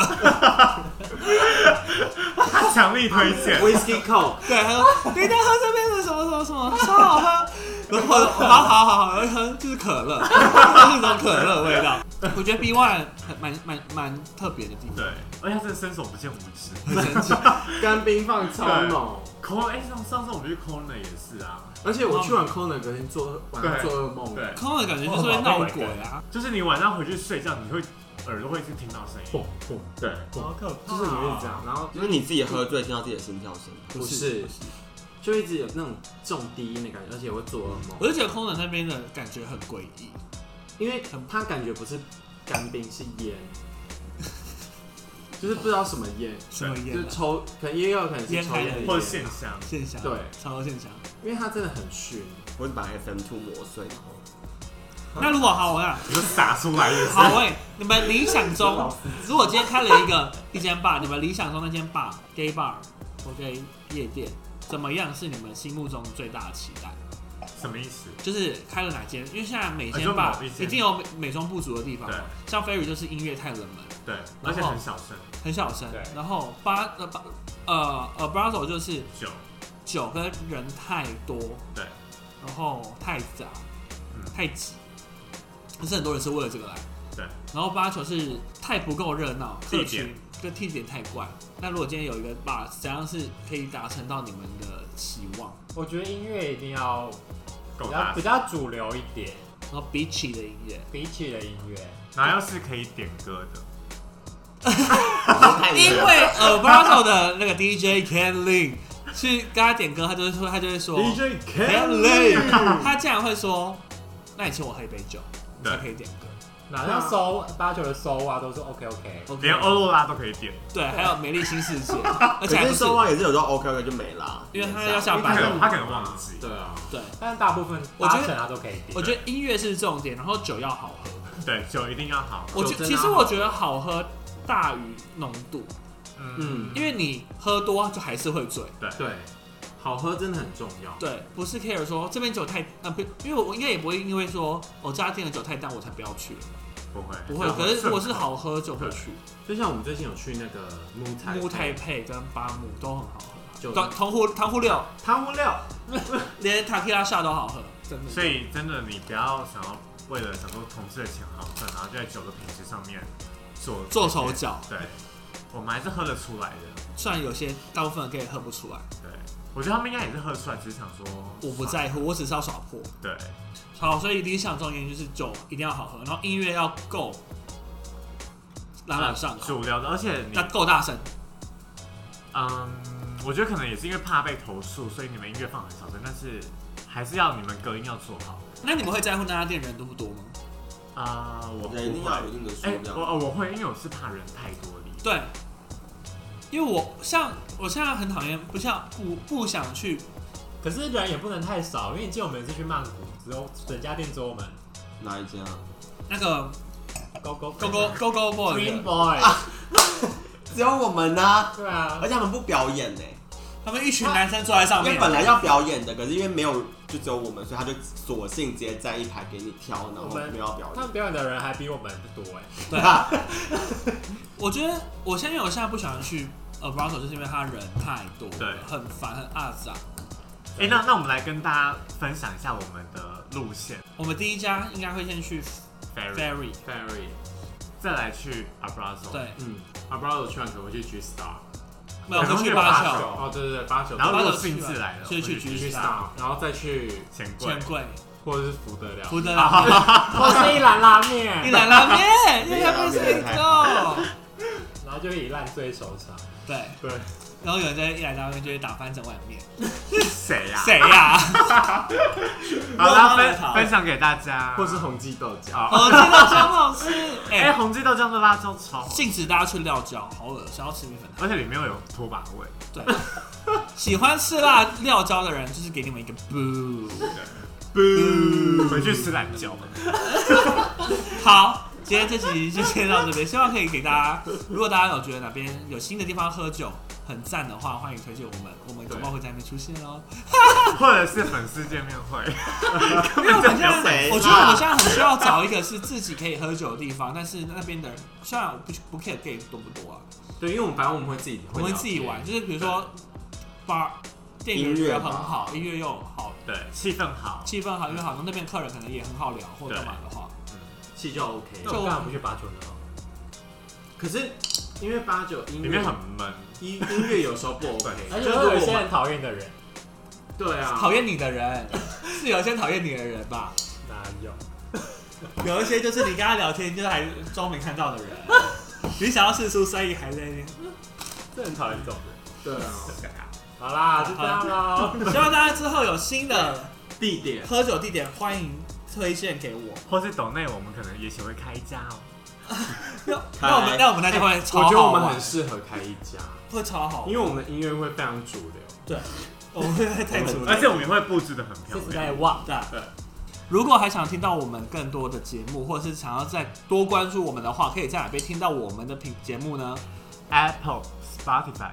S4: 他 强力推荐，
S3: Whisky Coke，
S1: 对，他说：“你一定要喝这边的什么什么什么，超好喝。”然后我说：“好好好好，然后一喝就是可乐， 就是一种可乐的味道。”我觉得 B One 很蛮蛮蛮特别的地方，
S4: 对，而且他真的伸手不见五指。
S1: 很神奇。
S3: 干冰放超浓，
S4: Con 哎，上上次我们去 Corner 也是啊，
S3: 而且我去完 Corner 隔天做晚上
S4: 对
S3: 做噩梦，
S4: 对，
S1: 空的感觉就是会闹鬼啊，
S4: 就是你晚上回去睡觉，你会耳朵会一直听到声音，
S3: 砰砰，
S4: 对，
S2: 好可怕！
S3: 就是里面这，样，然后
S5: 就是你自己喝醉听到自己的心跳声，
S3: 不是，就一直有那种重低音的感觉，而且会做噩
S1: 我
S3: 梦，
S1: 就觉得空的那边的感觉很诡异。
S3: 因为它感觉不是干冰是 烟，就是不知道什么烟，
S1: 什么
S3: 就
S1: 烟、
S3: 是
S1: 啊？
S3: 抽，可能也有可能是
S1: 烟
S3: 抽
S1: 还
S3: 烟
S4: 或
S3: 的
S4: 者
S3: 烟
S4: 线，香，
S1: 现象啊
S3: 对
S1: 超多现象。
S3: 因为它真的很熏，
S5: 我是把 FM two 磨碎，然后
S1: 那如果好玩啊？
S4: 你就撒出来也是。
S1: 好喂、你们理想中，如果今天开了一个一间 bar，你们理想中那间 bar，gay bar 或 gay 夜店，怎么样是你们心目中最大的期待？
S4: 什么意思？
S1: 就是开了哪间？因为现在每间
S4: 啊就
S1: bar
S4: 某一
S1: 一
S4: 间
S1: 定有美美中不足的地方
S4: 对，
S1: 像飞宇就是音乐太冷门，
S4: 对，而且很小声，
S1: 很小声
S2: 对，
S1: 然后八呃八呃呃 b r a z o 就是
S4: 酒，
S1: 酒跟人太多，
S4: 对，
S1: 然后太杂，
S4: 嗯
S1: 太挤，可是很多人是为了这个来。
S4: 对。
S1: 然后八球是太不够热闹，客
S4: 地点
S1: 群跟地点太怪。那如果今天有一个 bar，怎样是可以达成到你们的期望？
S2: 我觉得音乐一定要比
S4: 够
S2: 较
S4: 哦大
S2: 比
S4: 声，
S2: 较主流一点，
S1: 然后 beachy 的音乐，
S2: 比起的音乐，
S4: 然后要是可以点歌的，
S5: 太
S1: 因为 a b r a z o 的那个 DJ Ken Lin，去跟他点歌，他就会说，他就会说
S3: DJ
S1: 哦 Kelly，
S3: Kelly，
S1: 他竟然会说，那你请我喝一杯酒，你才可以点歌。
S2: 哪
S3: 啊
S2: 像收八九的收啊，都是 OK OK。
S1: OK
S4: 连欧若拉都可以点，
S1: 对，还有美丽新世界，而且
S5: 可
S1: 还不是
S5: 是说话也是有时候 OK OK 就没啦，
S1: 因为他要下
S4: 他
S1: 班
S4: 可
S1: 了。
S4: 能他可能忘记。
S3: 对啊，
S1: 对，
S2: 但大部分
S1: 我觉得
S2: 八成他都可以点。
S1: 我觉得音乐是重点，然后酒要好喝。
S4: 对，酒一定要好。
S1: 我觉
S3: 酒真的
S1: 其实
S3: 要
S1: 我
S3: 好
S1: 觉得好喝大于浓度，
S2: 嗯，
S3: 嗯，
S1: 因为你喝多就还是会醉。
S3: 对，好喝真的很重要。
S1: 对，不是 care 说这边酒太啊不，因为我应该也不会因为说哦这家店的酒太淡我才不要去，
S4: 不会
S1: 不会。可是如果是好喝就会去，
S3: 就像我们最近有去那个木台
S1: 木太配跟巴姆都很好喝，
S3: 就
S1: 糖糖葫糖葫六
S3: 汤姆料，
S1: 连塔 q 拉下都好喝，真的。
S4: 所以真的，你不要想要为了想说同事的钱好赚，然后就在酒的品质上面做
S1: 做手。脚，
S4: 对，我们还是喝得出来的。
S1: 虽然有些大部分人可以喝不出来，
S4: 对，我觉得他们应该也是喝得出来，只是想说
S1: 我不。在乎，我只是要耍泼。
S4: 对，
S1: 好，所以理想中间就是酒一定要好喝，然后音乐要够朗朗上口，
S4: 主流的，而且你
S1: 要够大声。
S4: 嗯，我觉得可能也是因为怕被投诉，所以你们音乐放很小声，但是还是要你们隔音要做好。
S1: 那你们会在乎那家店人多不多吗？
S4: 啊、我不
S5: 人一定
S4: 会
S5: 要。有一定的数
S4: 哎、我
S5: 量。
S4: 哦我会，因为我是怕人太多理。
S1: 对，因为我像我现在很讨厌，不像不不想去，
S2: 可是人也不能太少，啊因为你记得我们有一次去曼谷，只有整家店只有我们
S5: 哪一家？
S1: 那个
S2: Go Go
S1: Go Go Go Go Boy，
S2: Green
S1: 的
S2: Boy，
S5: 只有我们呐，
S2: 对啊
S5: 而，且他们不表演呢，
S1: 他们一群男生坐在上
S5: 因为
S1: 面，
S5: 本来要表演的，可是因为没有，就只有我们，所以他就索性直接站一排给你挑，然后
S2: 我们
S5: 没有要表
S2: 他
S5: 演。
S2: 们表演的人还比我们多哎。
S1: 对，我觉得我现在因为我现在不喜欢去呃 b r o t o 就是因为他人太多了，
S4: 对
S1: 很烦很阿杂。
S4: 哎、那那我们来跟大家分享一下我们的路线
S1: 我们第一家应该会先去
S4: ，ferry，
S1: Ferry，
S3: Ferry，
S4: 再来去 abrazo，，
S1: 对，
S3: 嗯，阿布拉多去完可能会去 G Star，
S1: 没有
S4: 可能
S1: 会去
S4: 去
S1: 八
S4: 八
S1: 角
S4: 角。
S3: 哦对对对，八九，
S4: 然后如
S1: 八
S4: 果
S1: 角
S4: 兴
S1: 去
S4: 致来了，
S1: 所以去
S4: 我们
S1: 橘
S4: 去
S1: 子
S3: G Star，然后再去
S4: 钱柜
S1: 钱，柜、
S3: 或者是福德寮，
S1: 福德
S4: 啊
S1: 拉面、
S2: 或是一兰拉面，
S1: 一兰拉面，一兰拉面
S5: 一
S1: 是
S5: 兰
S1: 够。
S2: 然后就以烂醉收场。
S1: 对，
S3: 对，
S1: 然后有人在一兰拉面就会打翻整碗面，
S4: 谁呀、
S1: 谁呀？
S4: 好，
S1: 然后呢
S4: 那分分享给大家，
S3: 或是红记豆浆，
S2: 啊
S4: 好。
S1: 我知道超好吃，
S4: 哎、
S1: 哎，
S4: 红鸡豆浆的辣椒超好，
S1: 禁止大家吃料椒，好恶心，要吃米粉汤。
S4: 而且里面有拖把味。
S1: 对，喜欢吃辣料椒的人，就是给你们一个 boo。
S4: 回去吃懒觉吧。
S1: 好，今天这集就先到这边，希望可以给大家，如果大家有觉得哪边有新的地方喝酒很赞的话，欢迎推荐我们，我们搞不好会在那边出现哦。
S4: 或者是粉丝见面会，
S1: 因为我们现
S5: 根本就没
S1: 在，
S5: 有
S1: 我觉得我们现在很需要找一个是自己可以喝酒的地方，但是那边的人虽然我不不 care gay 多不多啊，
S3: 对，因为我们反正我们会自己，
S1: 我们会自己玩，就是比如说 bar 电影
S5: 音乐
S1: 很
S5: 吧
S1: 好，音乐又好，
S4: 对，气氛好，
S1: 气氛好，因为好像那边客人可能也很好聊或者干嘛的话，
S3: 气就 OK，
S2: 那我干嘛不去八九呢？
S3: 可是因为八九音
S4: 里
S3: 乐
S4: 面很闷。
S3: 音音乐有 时候不 OK，
S2: 而且
S3: 就是
S2: 会有一
S3: 我
S2: 些
S3: 们
S2: 很讨厌的人，
S3: 对啊，
S1: 讨厌你的人是有一些讨厌你的人吧，
S2: 哪有？
S1: 有一些就是你跟他聊天就是还装没看到的人，你想要试出生意还在那边，
S2: 这很讨厌这种人。
S3: 对啊，
S2: 好啦，就这样 喽。
S1: 希望大家之后有新的
S3: 地点
S1: 喝酒地点，欢迎推荐给我。
S4: 或是岛内，我们可能也许会开一家哦。
S1: 那我们哎那我们那就会
S3: 我
S1: 超
S3: 觉得
S1: 好
S3: 我们
S1: 玩
S3: 很，适合开一家，
S1: 会超好玩
S3: 因，为我们的音乐会非常主流。
S1: 我们会太主
S4: 而
S1: 动。
S4: 且我们也会布置的很漂
S2: 这是在
S4: 亮。
S2: 忘。
S1: 对
S3: 对
S1: 如果还想听到我们更多的节目，或者是想要再多关注我们的话，可以在哪边听到我们的频节目呢？
S4: Apple、Spotify，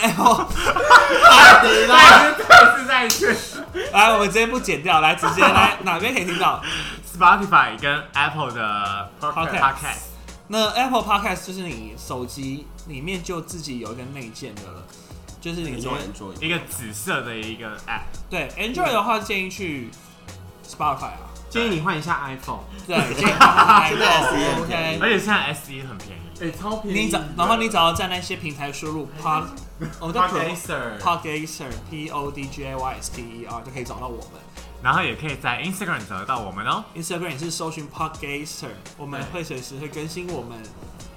S1: 哎呦，
S4: 再次 再次
S1: 来，我们直接不剪掉，来直接来 哪边可以听到？
S4: ，Spotify 跟 Apple 的
S1: Podcast
S4: Podcast，
S1: 那 Apple Podcast 就是你手机里面就自己有一个内建的了，就是你
S5: 你
S1: 就会
S5: 很注意，
S4: 一个紫色的一个 App。
S1: 对 Android 的话建议去 Spotify 啊，
S3: 建议你换一下 iPhone，
S1: 对，建议买
S5: 现在 SE 很
S1: OK
S5: 便宜。
S4: 而且现在 SE 很便宜，
S3: 哎，超便
S1: 你找，然后你只要在那些平台输入 pod，我们叫 pro- podgaster
S3: Podcaster，
S1: p o d g a y s t e r 就可以找到我们。
S4: 然后也可以在 Instagram 找得到我们哦。
S1: Instagram 也是搜寻 podgaster，我们
S3: 对
S1: 会随时会更新我们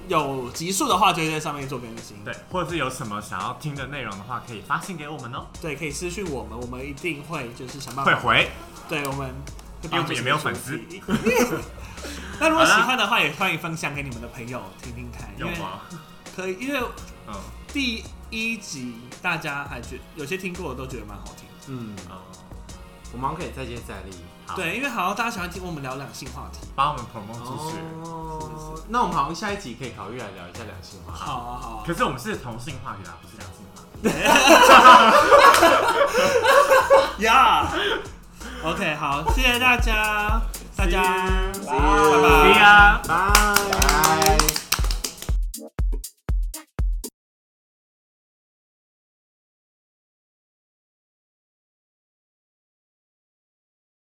S1: 有集数的话，就会在上面做更新。
S4: 对，或者是有什么想要听的内容的话，可以发信给我们哦，
S1: 对，可以私讯我们，我们一定会就是想办
S4: 会
S1: 法。
S4: 回，
S1: 对，我们会
S4: 因为我们也没有粉丝。
S1: 那如果喜
S4: 好啦
S1: 欢的话，也欢迎分享给你们的朋友听听看，因
S4: 有啊
S1: 为
S4: 吗？
S1: 可以，因为
S4: 嗯，
S1: 第一集大家还觉有些听过的都觉得蛮好听的。
S3: 嗯，
S4: 哦
S3: 我们好像可以再接再厉。
S4: 好，
S1: 对，因为好像大家喜欢听我们聊两性话题。
S4: 把我们 promote 出去。
S1: 是
S3: 哦，那我们好像下一集可以考虑来聊一下两性话。
S1: 好啊，好啊。
S4: 可是我们是同性话语啊，不是两性话语。
S1: 呀、OK，好，谢谢大家，大家，拜拜。
S4: See ya。
S1: 啊
S3: 拜。